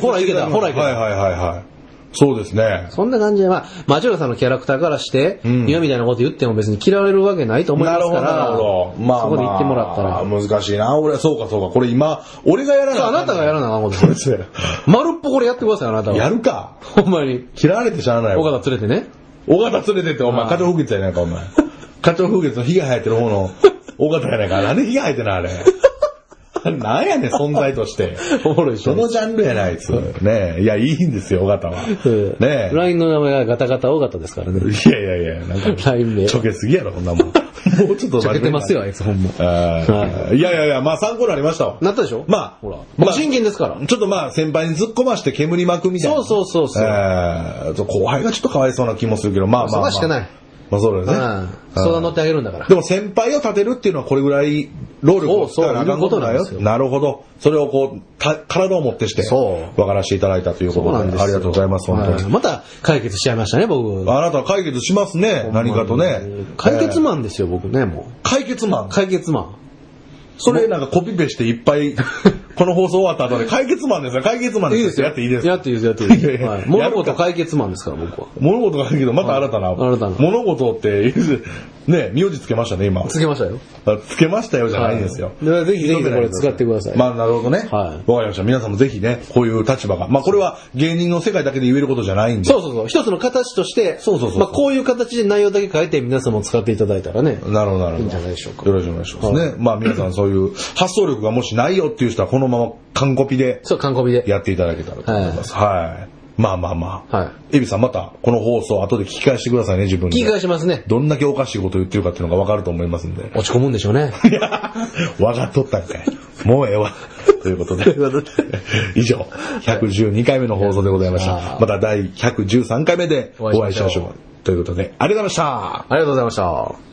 [SPEAKER 3] ほらいけた、ほらいけた。
[SPEAKER 2] はいはいはいはい。そうですね。
[SPEAKER 3] そんな感じで、まあ、町浦さんのキャラクターからして、
[SPEAKER 2] ん
[SPEAKER 3] 今みたいなこと言っても別に嫌われるわけないと思いますから、
[SPEAKER 2] なるほど、なるほど。まあ、
[SPEAKER 3] そこで言ってもらったら。
[SPEAKER 2] まあ難しいな。俺、そうかそうか。これ今、俺がやら
[SPEAKER 3] じゃあ、あ
[SPEAKER 2] な
[SPEAKER 3] なたがやらなあかんこと
[SPEAKER 2] そう
[SPEAKER 3] で。
[SPEAKER 2] ですすね
[SPEAKER 3] 丸っぽこれやってください、あなた は。
[SPEAKER 2] やるか。
[SPEAKER 3] ほんまに。
[SPEAKER 2] 嫌われてしゃあないわ
[SPEAKER 3] 岡田連れてね。
[SPEAKER 2] 尾形連れてって、お前、
[SPEAKER 3] はい
[SPEAKER 2] 課長福吉やないか、お前。 花鳥風月の火が生えてる方 の、尾形やないか。なんで火が生えてんのあれ。 なんやねん、存在と して。
[SPEAKER 3] おもろいっしょ
[SPEAKER 2] そのジャンルやない、あいつ。ねえ。いや、いいんですよ、尾形は。ねえ。
[SPEAKER 3] LINE の名前がガタガタ大型ですからね。
[SPEAKER 2] いやいやいや、なんか、
[SPEAKER 3] LINE で
[SPEAKER 2] ちょけすぎやろ、こんな もん。もうちょっと
[SPEAKER 3] ちょけてますよ、あいつ、ほんま。
[SPEAKER 2] あーいやいやいや、まあ参考になりましたわ。
[SPEAKER 3] なったでしょ
[SPEAKER 2] まあ
[SPEAKER 3] ほら。
[SPEAKER 2] まあ
[SPEAKER 3] 無賃金ですから。
[SPEAKER 2] ちょっとまあ先輩に突っ込まして煙巻くみたいな。
[SPEAKER 3] そうそうそうそう
[SPEAKER 2] えーちょっと後輩がちょっとかわいそうな気もするけど、まあまあ、まあ。
[SPEAKER 3] そこはしてない。
[SPEAKER 2] まあそうだ
[SPEAKER 3] うん。
[SPEAKER 2] よね。
[SPEAKER 3] 相談乗ってあげるんだから
[SPEAKER 2] で。も先輩を立てるっていうのはこれぐらい労力を使わなあかんことだ
[SPEAKER 3] そう
[SPEAKER 2] よ
[SPEAKER 3] そういうことなんです。よ
[SPEAKER 2] なるほど。それをこう、た体を持ってして、
[SPEAKER 3] そう
[SPEAKER 2] 分からせていただいたということで、ありがとうございます、本当
[SPEAKER 3] は
[SPEAKER 2] に。
[SPEAKER 3] また解決しちゃいましたね、僕。
[SPEAKER 2] あなたは解決しますね、何かとね。
[SPEAKER 3] 解決
[SPEAKER 2] えー
[SPEAKER 3] マンですよ、僕ね、も
[SPEAKER 2] 解決マン
[SPEAKER 3] う。。解決マン。
[SPEAKER 2] それなんかコピペしていっぱ い、この放送終わった後で解決マンですよ、解決マンですよ。やっていいですか
[SPEAKER 3] やっていいです、やっていいです
[SPEAKER 2] いやいや
[SPEAKER 3] はい
[SPEAKER 2] やるか
[SPEAKER 3] 物事解決マンですから、僕は。
[SPEAKER 2] 物事があるけど、また新たな。
[SPEAKER 3] 新たな
[SPEAKER 2] 物事って、ね、名字つけましたね、今。
[SPEAKER 3] つけましたよ。
[SPEAKER 2] つけましたよじゃないんですよ。
[SPEAKER 3] はいぜひぜひこれ使ってください。
[SPEAKER 2] まあ、なるほどね。
[SPEAKER 3] はい
[SPEAKER 2] わかりました。皆さんもぜひね、こういう立場が。まあ、これは芸人の世界だけで言えることじゃないんで。
[SPEAKER 3] そうそうそう。一つの形として、
[SPEAKER 2] そうそうそう
[SPEAKER 3] まあ、こういう形で内容だけ変えて皆さんも使っていただいたらね。
[SPEAKER 2] なるほど、なるほど。
[SPEAKER 3] いいんじゃないでしょうか
[SPEAKER 2] よろしくお願いしますね。まあ、皆さんそういう発想力がもしないよっていう人は、このまま完コピで
[SPEAKER 3] そう、完コピで。
[SPEAKER 2] やっていただけたらと思います。はい。まあまあまあ。
[SPEAKER 3] は
[SPEAKER 2] エビさん、また、この放送、後で聞き返してくださいね、自分
[SPEAKER 3] い。
[SPEAKER 2] で
[SPEAKER 3] 聞き。返しますね。
[SPEAKER 2] どんだけおかしいこと言ってるかっていうのがわかると思いますん で。
[SPEAKER 3] 落ち込むんでしょうね。
[SPEAKER 2] いや、わかっとったんかい。もうええ わ。ということで、以上、112回目の放送でございました。また第113回目でお会いしましょう。ということで、ありがとうございました。
[SPEAKER 3] ありがとうございました。